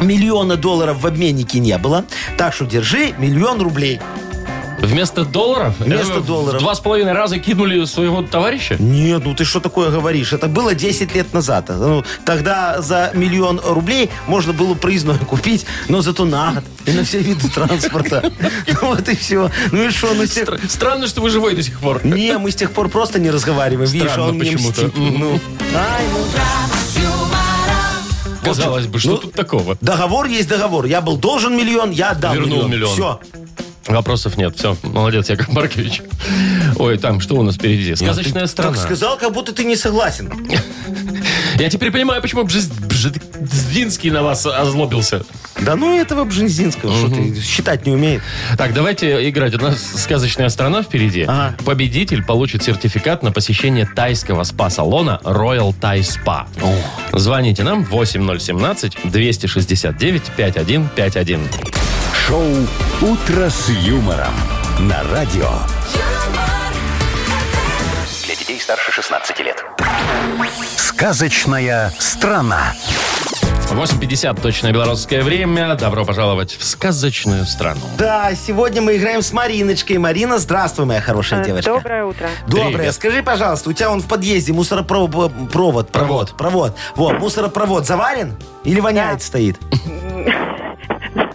Speaker 3: миллиона долларов в обменнике не было, так что держи миллион рублей.
Speaker 2: Вместо долларов?
Speaker 3: Вместо
Speaker 2: э, в
Speaker 3: долларов.
Speaker 2: Два с половиной раза кинули своего товарища?
Speaker 3: Нет, ну ты что такое говоришь? Это было 10 лет назад. Ну, тогда за миллион рублей можно было проездное купить, но зато на год. И на все виды транспорта. Ну вот и все. Ну и что, ну с тех-
Speaker 2: Стр- Странно, что вы живой до сих пор.
Speaker 3: Не, мы с тех пор просто не разговариваем. Видишь,
Speaker 2: Странно
Speaker 3: он мне
Speaker 2: почему-то.
Speaker 3: мстит. Ну. Ай, ну.
Speaker 2: Казалось бы, что
Speaker 3: ну,
Speaker 2: тут такого?
Speaker 3: Договор есть договор. Я был должен миллион, я отдал
Speaker 2: Вернул миллион.
Speaker 3: Все.
Speaker 2: Вопросов нет. Все, молодец, Яков Маркович. Ой, там, что у нас впереди? Сказочная страна.
Speaker 3: Так сказал, как будто ты не согласен.
Speaker 2: Я теперь понимаю, почему Бжез- Бжезинский на вас озлобился.
Speaker 3: Да ну этого Бжензинского, что ты считать не умеет.
Speaker 2: Так, давайте играть. У нас сказочная страна впереди.
Speaker 3: Ага.
Speaker 2: Победитель получит сертификат на посещение тайского спа-салона Royal Thai Spa. Звоните нам 8017-269-5151.
Speaker 1: Шоу «Утро с юмором» на радио.
Speaker 5: Для детей старше 16 лет.
Speaker 1: Сказочная страна.
Speaker 2: 8.50 точное белорусское время. Добро пожаловать в сказочную страну.
Speaker 3: Да, сегодня мы играем с Мариночкой. Марина, здравствуй, моя хорошая девочка.
Speaker 6: Э, Доброе утро.
Speaker 3: Доброе.
Speaker 2: Привет.
Speaker 3: Скажи, пожалуйста, у тебя он в подъезде мусоропровод, э, провод, провод, провод. Вот, мусоропровод заварен или воняет стоит?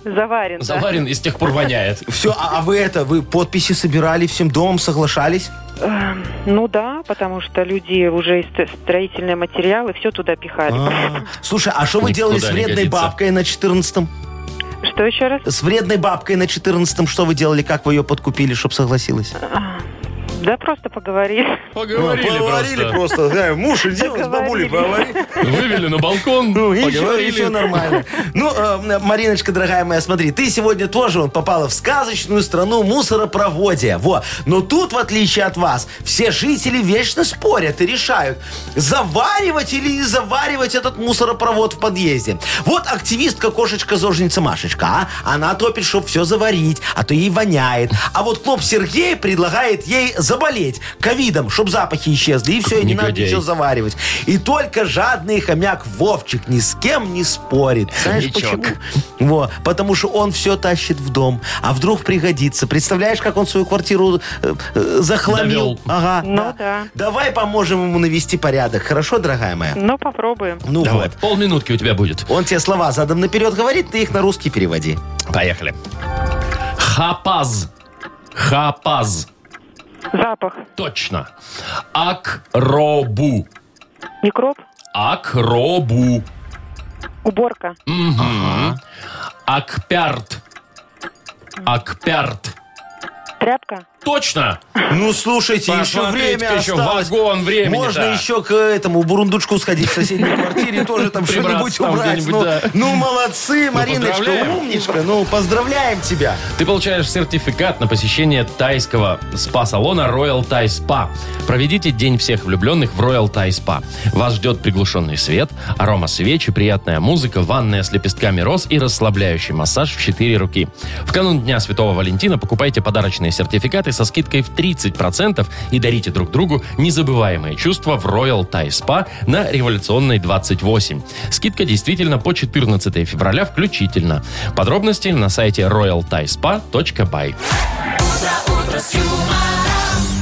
Speaker 6: Заварен, да.
Speaker 2: Заварин и с тех пор воняет.
Speaker 3: Все, а, а вы это, вы подписи собирали всем домом, соглашались?
Speaker 6: Ну да, потому что люди уже и ст- строительные материалы все туда пихали.
Speaker 3: А. Слушай, а что вы
Speaker 2: Никуда
Speaker 3: делали с
Speaker 2: не
Speaker 3: вредной
Speaker 2: годится.
Speaker 3: бабкой на 14-м?
Speaker 6: Что еще раз?
Speaker 3: С вредной бабкой на 14-м что вы делали? Как вы ее подкупили, чтобы согласилась?
Speaker 6: Да просто поговорили.
Speaker 2: Поговорили,
Speaker 3: Поговорили
Speaker 2: просто.
Speaker 3: просто. Да, Муж, иди вон с бабулей
Speaker 6: Поговорили.
Speaker 3: поговори.
Speaker 2: Вывели на балкон,
Speaker 3: Ну, и все,
Speaker 2: поговорили.
Speaker 3: нормально. Ну, э, Мариночка, дорогая моя, смотри, ты сегодня тоже вон, попала в сказочную страну мусоропроводия. Во. Но тут, в отличие от вас, все жители вечно спорят и решают, заваривать или не заваривать этот мусоропровод в подъезде. Вот активистка-кошечка-зожница Машечка, а? Она топит, чтоб все заварить, а то ей воняет. А вот клоп Сергей предлагает ей заболеть ковидом, чтоб запахи исчезли, и все, и не надо
Speaker 2: Негодяй.
Speaker 3: ничего заваривать. И только жадный хомяк Вовчик ни с кем не спорит. Знаешь
Speaker 2: Хомячок.
Speaker 3: почему? Во, потому что он все тащит в дом, а вдруг пригодится. Представляешь, как он свою квартиру э, э, захламил?
Speaker 2: Довел.
Speaker 3: Ага.
Speaker 6: Ну да.
Speaker 3: Давай поможем ему навести порядок, хорошо, дорогая моя?
Speaker 6: Ну попробуем.
Speaker 3: Ну
Speaker 2: Давай,
Speaker 3: вот.
Speaker 2: полминутки у тебя будет.
Speaker 3: Он тебе слова задом наперед говорит, ты их на русский переводи.
Speaker 2: Поехали. Хапаз. Хапаз.
Speaker 6: Запах.
Speaker 2: Точно. Акробу.
Speaker 6: Микроб.
Speaker 2: Акробу.
Speaker 6: Уборка.
Speaker 2: Акпярт. Акпярт.
Speaker 6: Тряпка.
Speaker 2: Точно!
Speaker 3: Ну, слушайте, еще
Speaker 2: Посмотрите-ка
Speaker 3: время
Speaker 2: еще,
Speaker 3: осталось.
Speaker 2: вагон времени-то.
Speaker 3: Можно еще к этому бурундучку сходить в соседней квартире, тоже там
Speaker 2: Прибраться
Speaker 3: что-нибудь
Speaker 2: там
Speaker 3: убрать.
Speaker 2: где-нибудь,
Speaker 3: Ну,
Speaker 2: да.
Speaker 3: ну, молодцы, Мариночка,
Speaker 2: поздравляем.
Speaker 3: умничка. Ну, поздравляем тебя.
Speaker 2: Ты получаешь сертификат на посещение тайского спа-салона Royal Thai Spa. Проведите день всех влюбленных в Royal Thai Spa. Вас ждет приглушенный свет, арома свечи, приятная музыка, ванная с лепестками роз и расслабляющий массаж в четыре руки. В канун Дня Святого Валентина покупайте подарочные сертификаты со скидкой в 30% и дарите друг другу незабываемые чувства в Royal Thai Spa на Революционной 28. Скидка действительно по 14 февраля включительно. Подробности на сайте royalthaispa.by.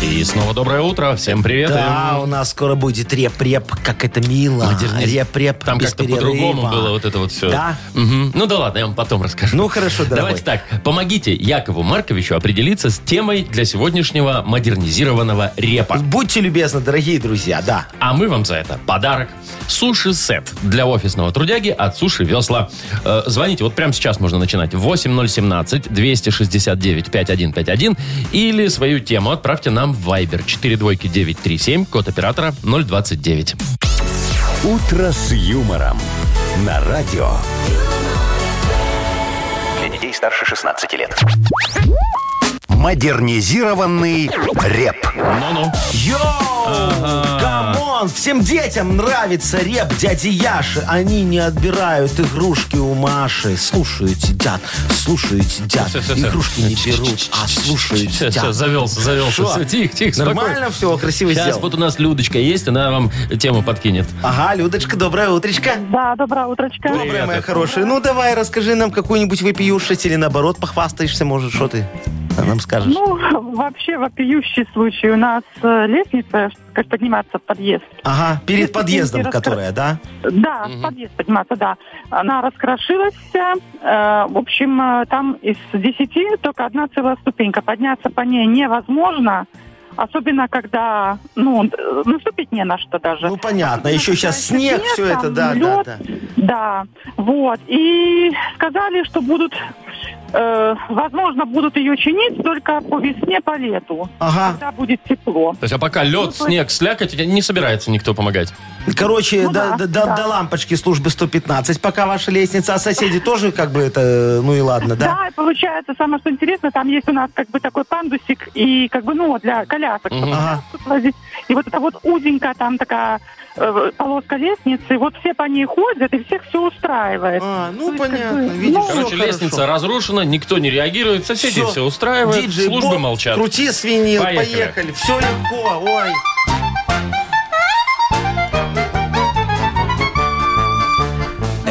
Speaker 2: И снова доброе утро. Всем привет.
Speaker 3: Да, у нас скоро будет реп-реп, как это мило.
Speaker 2: Модерниз-
Speaker 3: Реп-реп
Speaker 2: Там
Speaker 3: без
Speaker 2: как-то
Speaker 3: перерыва.
Speaker 2: по-другому было вот это вот все.
Speaker 3: Да?
Speaker 2: Ну да ладно, я вам потом расскажу.
Speaker 3: Ну, хорошо, дорогой.
Speaker 2: Давайте так, помогите Якову Марковичу определиться с темой для сегодняшнего модернизированного репа.
Speaker 3: Будьте любезны, дорогие друзья, да.
Speaker 2: А мы вам за это подарок. Суши-сет для офисного трудяги от Суши Весла. Э, звоните, вот прямо сейчас можно начинать. 8017-269-5151 или свою тему отправьте нам в Viber 42937, код оператора 029.
Speaker 1: «Утро с юмором» на радио.
Speaker 5: Для детей старше 16 лет.
Speaker 1: Модернизированный реп.
Speaker 2: Ну-ну.
Speaker 3: Йоу! Камон! Всем детям нравится реп дяди Яши. Они не отбирают игрушки у Маши. Слушают, сидят, слушают, сидят.
Speaker 2: Всё, всё, всё.
Speaker 3: Игрушки не берут, а слушают,
Speaker 2: Всё, всё,
Speaker 3: сидят.
Speaker 2: завелся, завелся.
Speaker 3: Что?
Speaker 2: Всё, Тихо, тихо.
Speaker 3: Нормально все, красиво
Speaker 2: Сейчас
Speaker 3: сделал.
Speaker 2: вот у нас Людочка есть, она вам тему подкинет.
Speaker 3: Ага, Людочка, доброе утречко.
Speaker 6: Да, доброе утрочка.
Speaker 2: Привет.
Speaker 3: Доброе, моя
Speaker 2: это-
Speaker 3: хорошая. Ну, давай, расскажи нам какую-нибудь выпиюшесть или наоборот похвастаешься, может, что ты нам скажешь.
Speaker 6: Ну, вообще вопиющий случай. У нас э, лестница, как подниматься в подъезд.
Speaker 3: Ага, перед
Speaker 6: Если
Speaker 3: подъездом,
Speaker 6: раскры-
Speaker 3: которая, да?
Speaker 6: Да, в подъезд подниматься, да. Она раскрошилась. вся. Э, в общем, э, там из десяти только одна целая ступенька. Подняться по ней невозможно. Особенно, когда, ну, э, наступить не на что даже.
Speaker 3: Ну, понятно, еще сейчас снег,
Speaker 6: Снег,
Speaker 3: все это,
Speaker 6: там
Speaker 3: да, да,
Speaker 6: лед.
Speaker 3: да.
Speaker 6: Да, вот. И сказали, что будут, э, возможно, будут ее чинить только по весне, по лету,
Speaker 3: Ага,
Speaker 6: когда будет тепло.
Speaker 2: То есть, а пока лед,
Speaker 6: Ну,
Speaker 2: снег, слякоть, не собирается никто помогать.
Speaker 3: Короче,
Speaker 6: Ну
Speaker 3: до,
Speaker 6: да,
Speaker 3: до- до-
Speaker 6: да.
Speaker 3: до лампочки службы 115, пока ваша лестница, а соседи тоже как бы это, ну и ладно,
Speaker 6: Да?
Speaker 3: да?
Speaker 6: и получается, самое что интересно, там есть у нас как бы такой пандусик, и как бы, ну, для колясок. чтобы
Speaker 3: Ага.
Speaker 6: тут возить. И вот это вот узенькая там такая э, полоска лестницы, вот все по ней ходят, и всех все устраивает.
Speaker 3: А, ну
Speaker 6: есть, как
Speaker 3: понятно,
Speaker 6: бы,
Speaker 3: видишь,
Speaker 6: ну,
Speaker 3: всё
Speaker 2: Короче,
Speaker 3: хорошо.
Speaker 2: лестница разрушена, никто не реагирует, соседи
Speaker 3: Всё.
Speaker 2: все устраивают,
Speaker 3: Диджей
Speaker 2: службы
Speaker 3: Боб,
Speaker 2: молчат.
Speaker 3: Крути свинил,
Speaker 2: Поехали.
Speaker 3: поехали. Все легко, ой.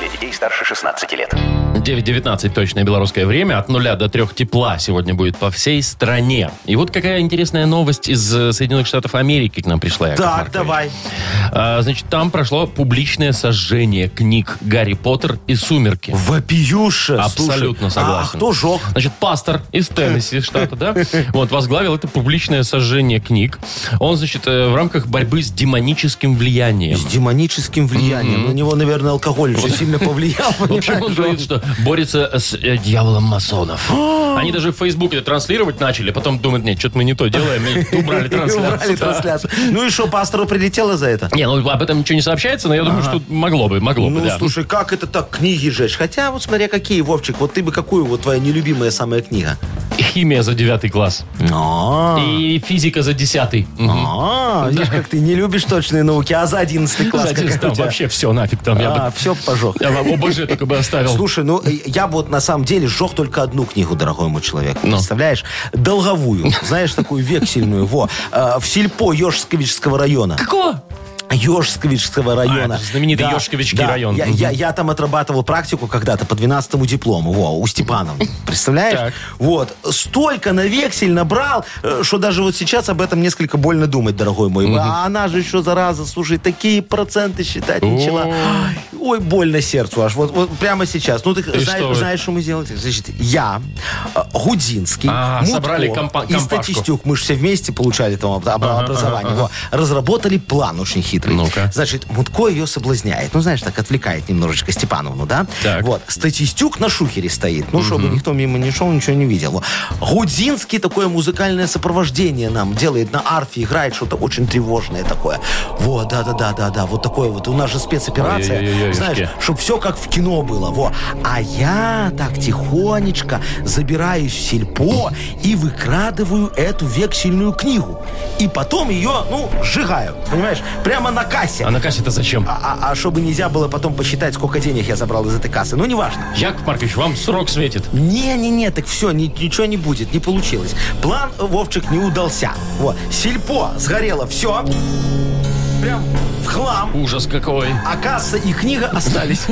Speaker 5: Для детей старше 16 лет.
Speaker 2: 9.19 точное белорусское время. От нуля до трех тепла сегодня будет по всей стране. И вот какая интересная новость из э, Соединенных Штатов Америки к нам пришла. Яков
Speaker 3: Так,
Speaker 2: Маркович.
Speaker 3: давай.
Speaker 2: А, значит, там прошло публичное сожжение книг «Гарри Поттер» и «Сумерки».
Speaker 3: Вопиюша.
Speaker 2: Абсолютно
Speaker 3: слушай.
Speaker 2: согласен.
Speaker 3: А кто жег?
Speaker 2: Значит, пастор из Теннесси штата, да, вот, возглавил это публичное сожжение книг. Он, значит, э, в рамках борьбы с демоническим влиянием.
Speaker 3: С демоническим влиянием. На него, наверное, алкоголь уже сильно повлиял.
Speaker 2: В общем, он говорит, что борется с э, дьяволом масонов. Они даже в Фейсбуке это транслировать начали, потом думают, нет, что-то мы не то делаем, и убрали
Speaker 3: понимаешь? И убрали
Speaker 2: трансляцию. да.
Speaker 3: трансляцию. Ну и что, пастору прилетело за это?
Speaker 2: Не, ну об этом ничего не сообщается, но я думаю, что могло бы, могло бы,
Speaker 3: Ну,
Speaker 2: да.
Speaker 3: слушай, как это так, книги жечь? Хотя, вот смотря какие, Вовчик, вот ты бы какую, вот твоя нелюбимая самая книга?
Speaker 2: Химия за девятый класс.
Speaker 3: А,
Speaker 2: И физика за десятый. Ну. Мгм.
Speaker 3: а, видишь, как ты не любишь точные науки, а за 11 класс,
Speaker 2: За десять
Speaker 3: как у
Speaker 2: Там
Speaker 3: тебя.
Speaker 2: вообще все нафиг там. Я
Speaker 3: А,
Speaker 2: бы-
Speaker 3: все пожег.
Speaker 2: я бы ОБЖ только бы оставил.
Speaker 3: Слушай, ну э, я бы вот на самом деле сжег только одну книгу, дорогой мой человек.
Speaker 2: Ну.
Speaker 3: Представляешь? Долговую. Знаешь, такую вексельную. Во. Э, В сельпо Ежсковического района.
Speaker 2: Какого?
Speaker 3: Ежсковического
Speaker 2: А,
Speaker 3: района.
Speaker 2: это же знаменитый Ёжковичский район.
Speaker 3: Я, я- я там отрабатывал практику когда-то по 12 диплому. Во, у Степанова. Представляешь?
Speaker 2: Так.
Speaker 3: Вот. Столько на вексель набрал, э, что даже вот сейчас об этом несколько больно думать, дорогой мой. А она же еще, зараза, слушай, такие проценты считать начала. Ай, Ой, больно сердцу аж. Вот, вот прямо сейчас. Ну, ты зна-
Speaker 2: что вы?
Speaker 3: знаешь, что мы сделали? Значит, я, э, Гудинский,
Speaker 2: А,
Speaker 3: Мутко
Speaker 2: собрали компа-
Speaker 3: и
Speaker 2: компашку.
Speaker 3: Статистюк. Мы же все вместе получали там об- об- образование. Во. Разработали план очень хитрый.
Speaker 2: Ну-ка.
Speaker 3: Значит, Мутко ее соблазняет. Ну, знаешь, так отвлекает немножечко Степановну, да?
Speaker 2: Так.
Speaker 3: Вот. Статистюк на шухере стоит. Ну, чтобы никто мимо не шел, ничего не видел. Гудинский такое музыкальное сопровождение нам делает на арфе, играет что-то очень тревожное такое. Вот, да-да-да-да-да. Вот такое вот. У нас же спецоперация.
Speaker 2: Ой-ой-ой-ой,
Speaker 3: Знаешь,
Speaker 2: Юшки.
Speaker 3: чтобы все как в кино было. Во. А я так тихонечко забираюсь в сельпо и выкрадываю эту вексельную книгу. И потом ее, ну, сжигаю. Понимаешь? Прямо на кассе.
Speaker 2: А на кассе-то зачем?
Speaker 3: А, а- а чтобы нельзя было потом посчитать, сколько денег я забрал из этой кассы. Ну, неважно.
Speaker 2: Яков Маркович, вам срок светит.
Speaker 3: Не-не-не, так все, ничего не будет, не получилось. План, э, Вовчик, не удался. Вот, сельпо сгорело, все. Прям в хлам.
Speaker 2: Ужас какой.
Speaker 3: А касса и книга остались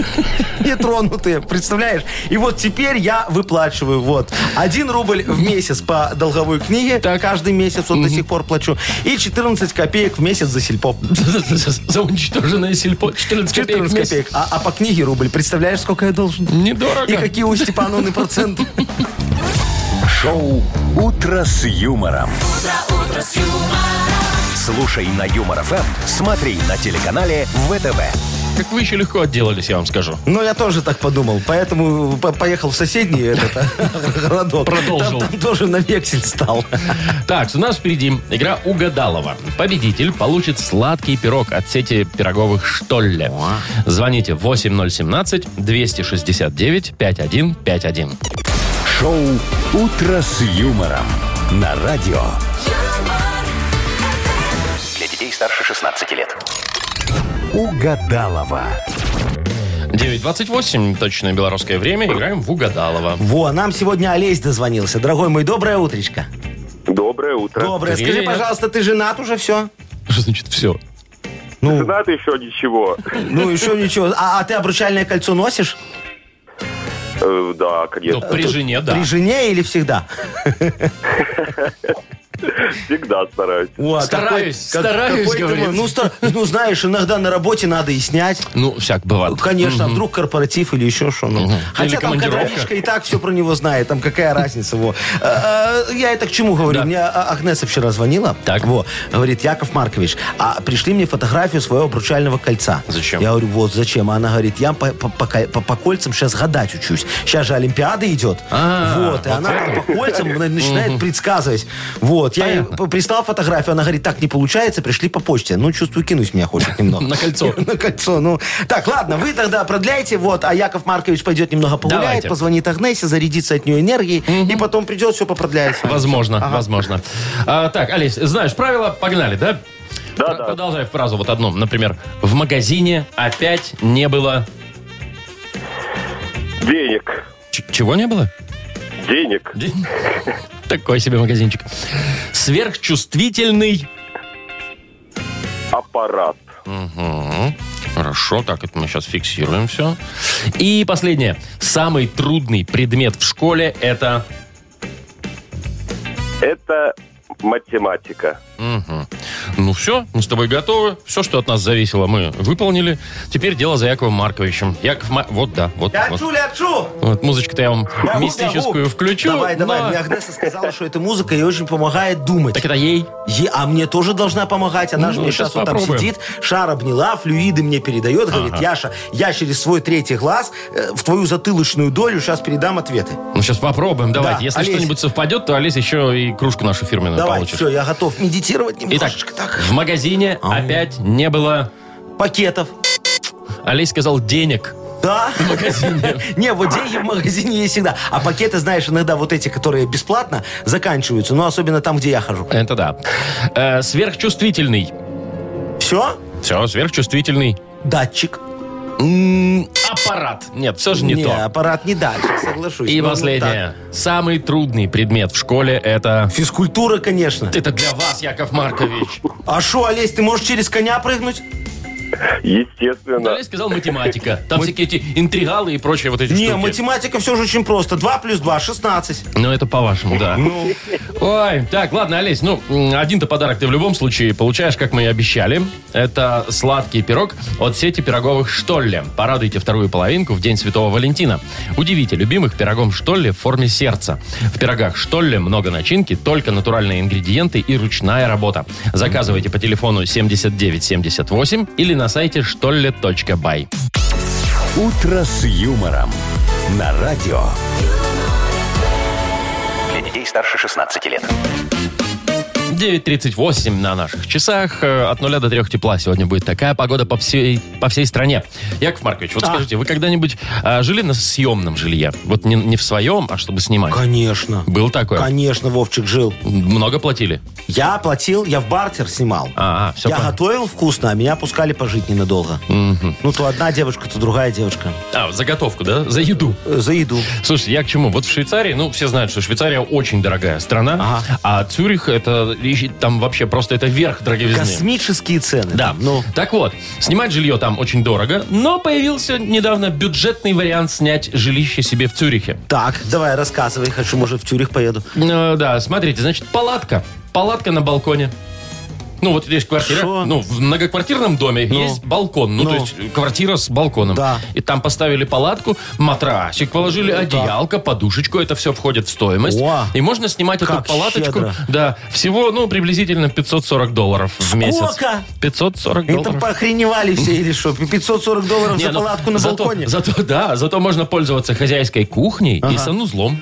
Speaker 3: нетронутые, представляешь? И вот теперь я выплачиваю, вот, один рубль в месяц по долговой книге, каждый месяц вот до сих пор плачу, и 14 копеек в месяц за сельпо.
Speaker 2: За уничтоженное сельпо 14 копеек. в
Speaker 3: 14
Speaker 2: месяц.
Speaker 3: копеек, а, а по книге рубль, представляешь, сколько я должен?
Speaker 2: Недорого.
Speaker 3: И какие у Степановны проценты?
Speaker 1: Шоу «Утро с юмором». Слушай на Юмор ФМ, смотри на телеканале ВТВ.
Speaker 2: Как вы еще легко отделались, я вам скажу.
Speaker 3: Ну, я тоже так подумал, поэтому по- поехал в соседний этот а, городок.
Speaker 2: Продолжил.
Speaker 3: Там, там тоже на вексель стал.
Speaker 2: Так, у нас впереди игра Угадалова. Победитель получит сладкий пирог от сети пироговых «Штолле». Звоните 8017-269-5151.
Speaker 1: Шоу «Утро с юмором» на радио.
Speaker 5: Для детей старше 16 лет.
Speaker 1: Угадалова.
Speaker 2: 9.28, точное белорусское время, играем в Угадалово.
Speaker 3: Во, нам сегодня Олесь дозвонился. Дорогой мой, доброе утречко.
Speaker 7: Доброе утро.
Speaker 3: Доброе. Скажи,
Speaker 2: Привет.
Speaker 3: пожалуйста, ты женат уже, все?
Speaker 2: Что значит все?
Speaker 3: Ну,
Speaker 7: Женат еще ничего.
Speaker 3: ну еще ничего. А, а ты обручальное кольцо носишь?
Speaker 7: Э, Да, конечно.
Speaker 2: Ну, при жене, да.
Speaker 3: При жене или всегда?
Speaker 7: Всегда стараюсь.
Speaker 3: О, а
Speaker 2: Стараюсь, стараюсь,
Speaker 3: ты
Speaker 2: говорит.
Speaker 3: мой. ну, ста- ну, знаешь, иногда на работе надо и снять.
Speaker 2: Ну, всяк бывает.
Speaker 3: Конечно, а вдруг корпоратив или еще что. Ну. Хотя
Speaker 2: Или
Speaker 3: там
Speaker 2: командировка.
Speaker 3: кадровишка и так все про него знает, там какая разница. Во. А, а, Я это к чему говорю?
Speaker 2: Да.
Speaker 3: Мне А- Агнеса вчера звонила.
Speaker 2: Так.
Speaker 3: Во. Говорит, Яков Маркович, а пришли мне фотографию своего обручального кольца.
Speaker 2: Зачем?
Speaker 3: Я говорю, вот зачем. А Она говорит, я по, по- по кай- по- по кольцам сейчас гадать учусь. Сейчас же Олимпиада идет.
Speaker 2: А,
Speaker 3: вот, и она там по кольцам на- начинает предсказывать. Вот, я ей п- прислал фотографию, она говорит, так не получается, пришли по почте. Ну, чувствую, кинуть меня хочет немного.
Speaker 2: На кольцо.
Speaker 3: На кольцо, ну. Так, ладно, вы тогда продляйте, вот, а Яков Маркович пойдет немного погуляет,
Speaker 2: Давайте.
Speaker 3: позвонит Агнесе, зарядится от нее энергией, и потом придет, все попродляет.
Speaker 2: Возможно, возможно. А, так, Олесь, знаешь правила, погнали, да?
Speaker 7: Да,
Speaker 2: Про-
Speaker 7: да.
Speaker 2: Продолжай фразу вот одну. Например, в магазине опять не было...
Speaker 7: Денег.
Speaker 2: Ч- чего не было?
Speaker 7: Денег.
Speaker 2: Такой себе магазинчик. Сверхчувствительный...
Speaker 7: Аппарат.
Speaker 2: Хорошо, так это мы сейчас фиксируем все. И последнее. Самый трудный предмет в школе это...
Speaker 7: Это математика.
Speaker 2: Ну все, мы с тобой готовы. Все, что от нас зависело, мы выполнили. Теперь дело за Яковом Марковичем. Яков Ма- Вот, да, вот. вот.
Speaker 3: Лячу, лячу!
Speaker 2: Вот музычку-то я вам
Speaker 3: Лягу,
Speaker 2: мистическую
Speaker 3: лягу.
Speaker 2: включу.
Speaker 3: Давай, давай.
Speaker 2: но-
Speaker 3: Мне Агнеса сказала, что эта музыка ей очень помогает думать.
Speaker 2: Так это ей.
Speaker 3: Е- а мне тоже должна помогать. Она же
Speaker 2: Ну,
Speaker 3: мне
Speaker 2: щас
Speaker 3: сейчас вот там
Speaker 2: попробуем.
Speaker 3: сидит, шар обняла, флюиды мне передает. Говорит, Яша, я через свой третий глаз э, в твою затылочную долю сейчас передам ответы.
Speaker 2: Ну, сейчас попробуем, давайте. Если
Speaker 3: Олесь.
Speaker 2: что-нибудь совпадет, то Олесь еще и кружку нашу фирменную
Speaker 3: Давай,
Speaker 2: получит.
Speaker 3: все, я готов медитировать
Speaker 2: Итак,
Speaker 3: немножечко. так.
Speaker 2: в магазине опять не было...
Speaker 3: Пакетов.
Speaker 2: Олесь сказал денег.
Speaker 3: Да.
Speaker 2: магазине.
Speaker 3: Не, вот деньги в магазине есть всегда. А пакеты, знаешь, иногда вот эти, которые бесплатно, заканчиваются. Ну, особенно там, где я хожу.
Speaker 2: Это да. Э, сверхчувствительный.
Speaker 3: Все?
Speaker 2: Все, сверхчувствительный.
Speaker 3: Датчик.
Speaker 2: М, аппарат. Нет, все же не,
Speaker 3: не,
Speaker 2: то.
Speaker 3: аппарат не датчик, соглашусь.
Speaker 2: И
Speaker 3: Ну, ну,
Speaker 2: последнее. Самый трудный предмет в школе это...
Speaker 3: так. Физкультура, конечно.
Speaker 2: Это для вас, Яков Маркович.
Speaker 3: А шо, Олесь, ты можешь через коня прыгнуть?
Speaker 7: Естественно.
Speaker 2: Олесь сказал математика. Там всякие эти интригалы и прочие вот эти
Speaker 3: Не,
Speaker 2: штуки.
Speaker 3: математика все же очень просто. 2 плюс Ну, 2, 16.
Speaker 2: Ну, это по-вашему, да. Ой, так, ладно, Олесь, ну, м, один-то подарок ты в любом случае получаешь, как мы и обещали. Это сладкий пирог от сети пироговых «Штолле». Порадуйте вторую половинку в День Святого Валентина. Удивите любимых пирогом «Штолле» в форме сердца. В пирогах «Штолле» много начинки, только натуральные ингредиенты и ручная работа. Заказывайте по телефону 7978 или на сайте «Штолле.бай».
Speaker 1: «Утро с юмором» на радио.
Speaker 5: Для детей старше 16 лет.
Speaker 2: 9.38 на наших часах. Э, От 0 до 3 тепла сегодня будет такая погода по всей, по всей стране. Яков Маркович, вот скажите, вы когда-нибудь а, жили на съемном жилье? Вот не, не в своем, а чтобы снимать?
Speaker 3: Конечно.
Speaker 2: Был такое?
Speaker 3: Конечно, Вовчик жил.
Speaker 2: Много платили?
Speaker 3: Я платил, я в бартер снимал.
Speaker 2: А, а, все
Speaker 3: я готовил вкусно, а меня пускали пожить ненадолго. Ну, то одна девушка, то другая девушка.
Speaker 2: А, заготовку, да? За еду.
Speaker 3: Э, За еду.
Speaker 2: Слушай, я к чему? Вот в Швейцарии, ну, все знают, что Швейцария очень дорогая страна, а Цюрих, это и- там вообще просто это верх дороговизны.
Speaker 3: Космические цены.
Speaker 2: Да.
Speaker 3: там, Ну,
Speaker 2: Так вот, снимать жилье там очень дорого, но появился недавно бюджетный вариант снять жилище себе в Цюрихе.
Speaker 3: так, давай, рассказывай. Хочу, может, в Тюрих поеду.
Speaker 2: Ну, да, смотрите, значит, палатка. Палатка на балконе. Ну, вот есть квартира.
Speaker 3: Шо?
Speaker 2: Ну, в многоквартирном доме есть балкон. Ну, то есть э, квартира с балконом.
Speaker 3: Да. Ну
Speaker 2: И там поставили палатку, матрасик положили, одеялко, подушечку. Это все входит в стоимость.
Speaker 3: О,
Speaker 2: И можно снимать эту
Speaker 3: как
Speaker 2: палаточку.
Speaker 3: щедро.
Speaker 2: Да. Всего, ну, приблизительно 540 долларов в месяц.
Speaker 3: Сколько?
Speaker 2: 540
Speaker 3: И там
Speaker 2: долларов.
Speaker 3: поохреневали все или что? 540 долларов
Speaker 2: Не,
Speaker 3: за
Speaker 2: ну,
Speaker 3: палатку на
Speaker 2: зато-
Speaker 3: балконе?
Speaker 2: Зато, да, зато можно пользоваться хозяйской кухней и санузлом.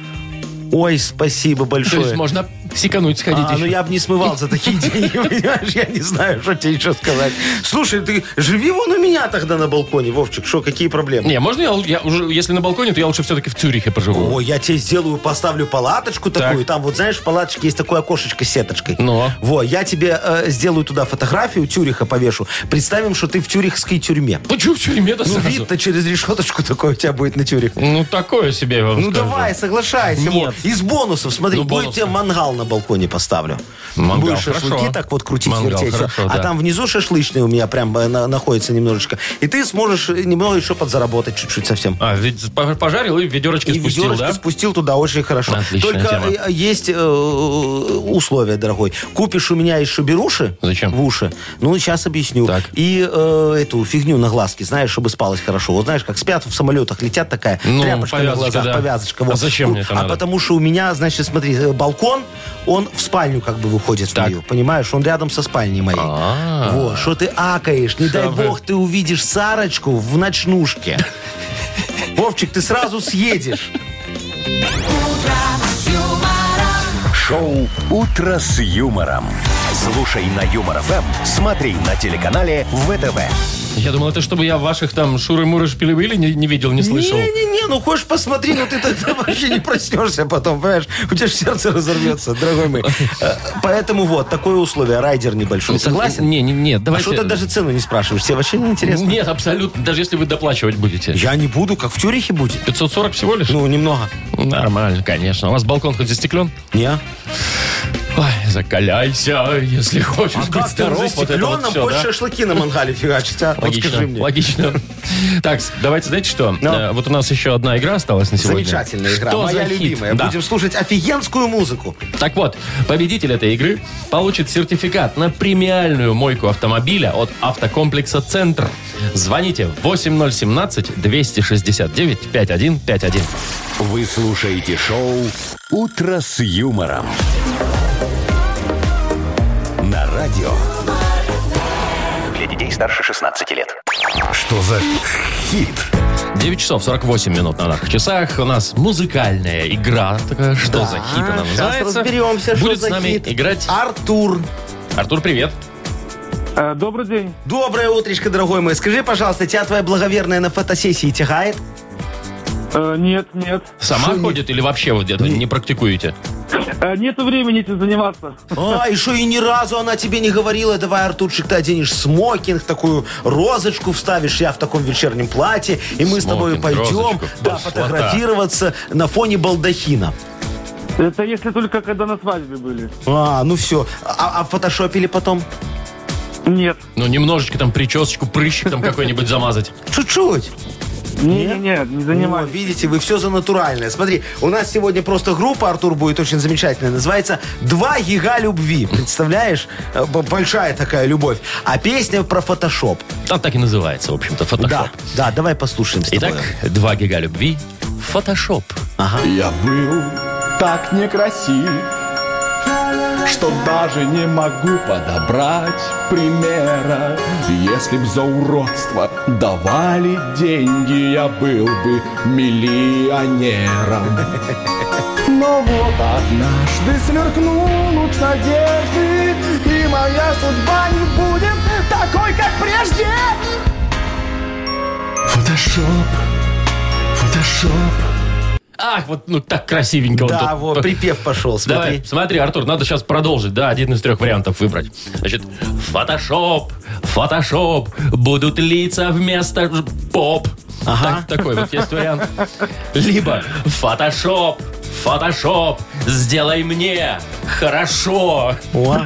Speaker 3: Ой, спасибо
Speaker 2: То
Speaker 3: большое.
Speaker 2: есть можно Секануть сходить
Speaker 3: А, ну
Speaker 2: еще.
Speaker 3: я бы не смывал за такие деньги, понимаешь? Я не знаю, что тебе еще сказать. Слушай, ты живи вон у меня тогда на балконе, Вовчик. Что, какие проблемы?
Speaker 2: Не, можно я, л- я уже, если на балконе, то я лучше все-таки в Цюрихе поживу.
Speaker 3: О, я тебе сделаю, поставлю палаточку такую. Там, вот знаешь, в палаточке есть такое окошечко с сеточкой.
Speaker 2: Но.
Speaker 3: Во, я тебе э, сделаю туда фотографию Тюриха повешу. Представим, что ты в тюрихской тюрьме.
Speaker 2: Почему в тюрьме да
Speaker 3: Ну,
Speaker 2: сразу?
Speaker 3: вид-то через решеточку такой у тебя будет на тюрих.
Speaker 2: Ну, такое себе, я вам
Speaker 3: Ну
Speaker 2: скажу.
Speaker 3: давай, соглашайся.
Speaker 2: Нет.
Speaker 3: вот. Из бонусов, смотри,
Speaker 2: Ну,
Speaker 3: будет
Speaker 2: бонусы.
Speaker 3: тебе мангал на балконе поставлю.
Speaker 2: Мангал,
Speaker 3: Будешь
Speaker 2: хорошо.
Speaker 3: шашлыки так вот крутить,
Speaker 2: Мангал,
Speaker 3: вертеть. всё.
Speaker 2: хорошо,
Speaker 3: а
Speaker 2: да.
Speaker 3: там внизу шашлычные у меня прям э, на- находится немножечко. И ты сможешь немного еще подзаработать чуть-чуть совсем.
Speaker 2: А, ведь по- пожарил и в ведерочке
Speaker 3: И
Speaker 2: спустил,
Speaker 3: ведерочки
Speaker 2: да?
Speaker 3: спустил туда очень хорошо.
Speaker 2: Отличная
Speaker 3: Только
Speaker 2: тема.
Speaker 3: э, есть э, условия, дорогой. Купишь у меня из шуберуши
Speaker 2: Зачем?
Speaker 3: в уши. Ну, сейчас объясню.
Speaker 2: Так.
Speaker 3: И э, эту фигню на глазки, знаешь, чтобы спалось хорошо. Вот знаешь, как спят в самолетах, летят такая
Speaker 2: Ну,
Speaker 3: тряпочка на
Speaker 2: повязочка,
Speaker 3: глазах,
Speaker 2: да.
Speaker 3: повязочка.
Speaker 2: А зачем мне это
Speaker 3: А
Speaker 2: надо?
Speaker 3: потому что у меня, значит, смотри, э, балкон, он в спальню как бы выходит в
Speaker 2: Так. А.
Speaker 3: мою, понимаешь? Он рядом со спальней моей. Вот, что ты акаешь? Не дай
Speaker 2: вы.
Speaker 3: бог ты увидишь Сарочку в ночнушке. Вовчик, ты сразу съедешь.
Speaker 1: Шоу «Утро с юмором». Слушай на Юмор ФМ, смотри на телеканале ВТВ.
Speaker 2: Я думал, это чтобы я ваших там шуры-муры шпилевили не, не видел, не слышал.
Speaker 3: Не-не-не, ну хочешь посмотри, но ты тогда вообще не проснешься потом, понимаешь? У тебя же сердце разорвется, дорогой мой. Э, Поэтому вот, такое условие, райдер небольшой. Согласен?
Speaker 2: Ну, Не, не, нет,
Speaker 3: А
Speaker 2: давайте... Ну,
Speaker 3: что ты даже цену не спрашиваешь? Тебе вообще не интересно?
Speaker 2: Нет, абсолютно, даже если вы доплачивать будете.
Speaker 3: Я не буду, как в Тюрихе будет.
Speaker 2: 540 всего лишь?
Speaker 3: Ну, немного. А
Speaker 2: Нормально, конечно. У вас балкон хоть застеклен?
Speaker 3: Не?
Speaker 2: Ой, закаляйся, если хочешь
Speaker 3: А
Speaker 2: быть
Speaker 3: как ты
Speaker 2: здоров.
Speaker 3: в
Speaker 2: вот это вот
Speaker 3: застекленном
Speaker 2: всё,
Speaker 3: хочешь
Speaker 2: да?
Speaker 3: шашлыки на мангале фигачить, а? Вот
Speaker 2: Логично,
Speaker 3: скажи мне.
Speaker 2: логично. Так, с- давайте, знаете что?
Speaker 3: Ну.
Speaker 2: Э, Вот у нас еще одна игра осталась на сегодня.
Speaker 3: Замечательная игра,
Speaker 2: Что
Speaker 3: моя
Speaker 2: за хит?
Speaker 3: любимая.
Speaker 2: Да.
Speaker 3: Будем слушать офигенскую музыку.
Speaker 2: Так вот, победитель этой игры получит сертификат на премиальную мойку автомобиля от автокомплекса «Центр». Звоните 8017-269-5151.
Speaker 1: Вы слушаете шоу «Утро с юмором». На радио.
Speaker 5: Для детей старше 16 лет.
Speaker 1: Что за хит?
Speaker 2: 9 часов 48 минут на наших часах. У нас музыкальная игра. такая. Что за хит она
Speaker 3: А,
Speaker 2: называется?
Speaker 3: Сейчас разберемся,
Speaker 2: Будет
Speaker 3: что за
Speaker 2: с нами
Speaker 3: хит.
Speaker 2: играть
Speaker 3: Артур.
Speaker 2: Артур, привет.
Speaker 4: Э, Добрый день.
Speaker 3: Доброе утречко, дорогой мой. Скажи, пожалуйста, тебя твоя благоверная на фотосессии тягает?
Speaker 4: Э, Нет, нет. Э,
Speaker 2: Сама ходит или вообще вот где-то не практикуете?
Speaker 4: Нету времени этим заниматься.
Speaker 3: А, еще и ни разу она тебе не говорила, давай, Артурчик, ты оденешь смокинг, такую розочку вставишь, я в таком вечернем платье, и мы с тобой
Speaker 2: Смокинг,
Speaker 3: пойдем
Speaker 2: розочку,
Speaker 3: да,
Speaker 2: красота.
Speaker 3: фотографироваться на фоне балдахина.
Speaker 4: Это если только когда на свадьбе были.
Speaker 3: А, ну все. А, а фотошопили потом?
Speaker 4: Нет.
Speaker 2: Ну, немножечко там причесочку, прыщик там какой-нибудь замазать.
Speaker 3: Чуть-чуть.
Speaker 4: Не-не-не, не
Speaker 3: О,
Speaker 4: занимались.
Speaker 3: Ну, видите, вы все за натуральное. Смотри, у нас сегодня просто группа, Артур, будет очень замечательная. Называется «Два гига любви». Представляешь? Э, б- Большая такая любовь. А песня про фотошоп.
Speaker 2: Там так и называется, в общем-то, фотошоп.
Speaker 3: Да, да, давай послушаем с тобой.
Speaker 2: Итак, 2 гига любви, фотошоп.
Speaker 8: Я был так некрасив, что даже не могу подобрать примера. Если б за уродство давали деньги, я был бы миллионером. Но вот однажды сверкнул луч надежды, и моя судьба не будет такой, как прежде. Фотошоп, фотошоп.
Speaker 2: Ах, вот ну так красивенько. он
Speaker 3: Да,
Speaker 2: тут.
Speaker 3: вот, припев пошел,
Speaker 2: Давай,
Speaker 3: смотри.
Speaker 2: смотри, Артур, надо сейчас продолжить. Да, один из трех вариантов выбрать. Значит, фотошоп, фотошоп, будут лица вместо ж- поп. Так- такой вот есть вариант. Либо фотошоп, фотошоп, сделай мне хорошо.
Speaker 3: О.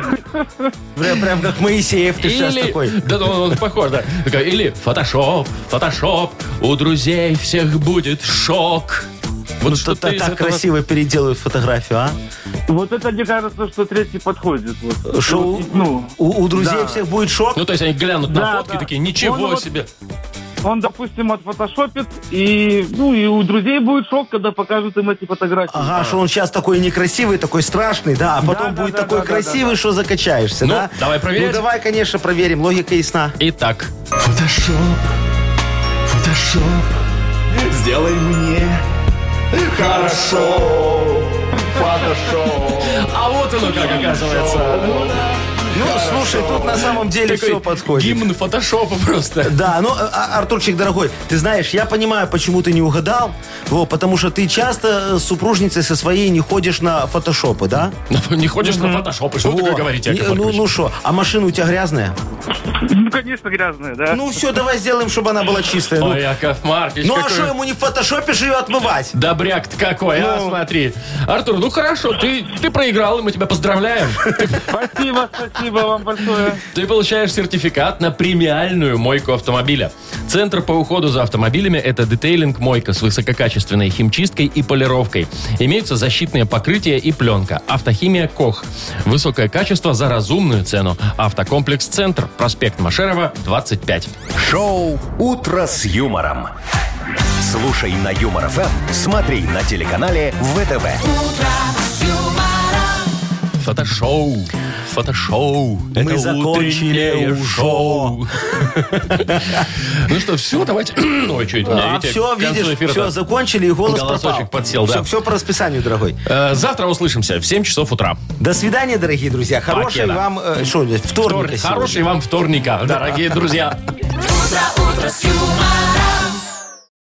Speaker 3: Прям, прям как Моисеев ты сейчас такой.
Speaker 2: Да, ну, он похож, да. Такой, Или фотошоп, фотошоп, у друзей всех будет шок. Вот
Speaker 3: Ну,
Speaker 2: что
Speaker 3: та-
Speaker 2: ты из
Speaker 3: так
Speaker 2: этого-
Speaker 3: красиво переделают фотографию, а?
Speaker 4: Вот это, мне кажется, что третий подходит. Вот.
Speaker 3: Шоу
Speaker 4: Вот, ну,
Speaker 3: у, у друзей
Speaker 4: да.
Speaker 3: всех будет шок.
Speaker 2: Ну, то есть они глянут на
Speaker 4: Да,
Speaker 2: фотки
Speaker 4: да.
Speaker 2: такие, ничего
Speaker 4: Он вот-
Speaker 2: себе.
Speaker 4: он, допустим, отфотошопит, и, ну, и у друзей будет шок, когда покажут им эти фотографии.
Speaker 3: Ага, что он сейчас такой некрасивый, такой страшный, да, а потом
Speaker 4: да,
Speaker 3: будет
Speaker 4: да,
Speaker 3: такой
Speaker 4: да, да,
Speaker 3: красивый,
Speaker 4: да, да.
Speaker 3: что закачаешься,
Speaker 2: Ну,
Speaker 3: да?
Speaker 2: давай проверять.
Speaker 3: Ну, давай, конечно, проверим, логика ясна.
Speaker 2: Итак,
Speaker 8: Фотошоп, фотошоп, сделай мне хорошо.
Speaker 2: Марата Шоу. А вот оно как оказывается.
Speaker 3: Ну, слушай, тут на самом деле все подходит.
Speaker 2: гимн фотошопа просто.
Speaker 3: Да, ну, а- а- Артурчик, дорогой, ты знаешь, я понимаю, почему ты не угадал, вот, потому что ты часто э, с супружницей со своей не ходишь на фотошопы, да?
Speaker 2: Ну, Не ходишь на фотошопы, что вы
Speaker 3: Во.
Speaker 2: такое говорите,
Speaker 3: Не,
Speaker 2: Яков
Speaker 3: Ну,
Speaker 2: Маркович?
Speaker 3: ну что, а машина у тебя грязная?
Speaker 9: Ну, конечно, грязная, да.
Speaker 3: Ну все, давай сделаем, чтобы она была чистая. ну.
Speaker 2: Ой, Яков Маркович,
Speaker 3: Ну а
Speaker 2: какой
Speaker 3: что, ему не в фотошопишь ее отмывать?
Speaker 2: Добряк ты какой, а,
Speaker 3: Ну.
Speaker 2: смотри. Артур, ну хорошо, ты, ты проиграл, и мы тебя поздравляем.
Speaker 9: Спасибо, спасибо вам большое.
Speaker 2: Ты получаешь сертификат на премиальную мойку автомобиля. Центр по уходу за автомобилями – это детейлинг-мойка с высококачественной химчисткой и полировкой. Имеются защитные покрытия и пленка. Автохимия «Кох». Высокое качество за разумную цену. Автокомплекс «Центр», проспект Машерова, 25.
Speaker 1: Шоу «Утро с юмором». Слушай на Юмор ФМ, смотри на телеканале ВТВ.
Speaker 2: Фотошоу. Фотошоу.
Speaker 3: Мы закончили
Speaker 2: утреннее
Speaker 3: уже.
Speaker 2: Ну что, все, давайте... Ой, чуть
Speaker 3: А все, видишь, все, закончили, и голос
Speaker 2: Голосочек
Speaker 3: пропал.
Speaker 2: подсел, да.
Speaker 3: Все, все по расписанию, дорогой.
Speaker 2: Э, Завтра услышимся в 7 часов утра.
Speaker 3: До свидания, дорогие друзья. Хорошей
Speaker 2: Покеда.
Speaker 3: вам... э, Что, вторник?
Speaker 2: а, Вторник. Хорошей вам вторника, дорогие друзья.
Speaker 10: утро, утро с юмором.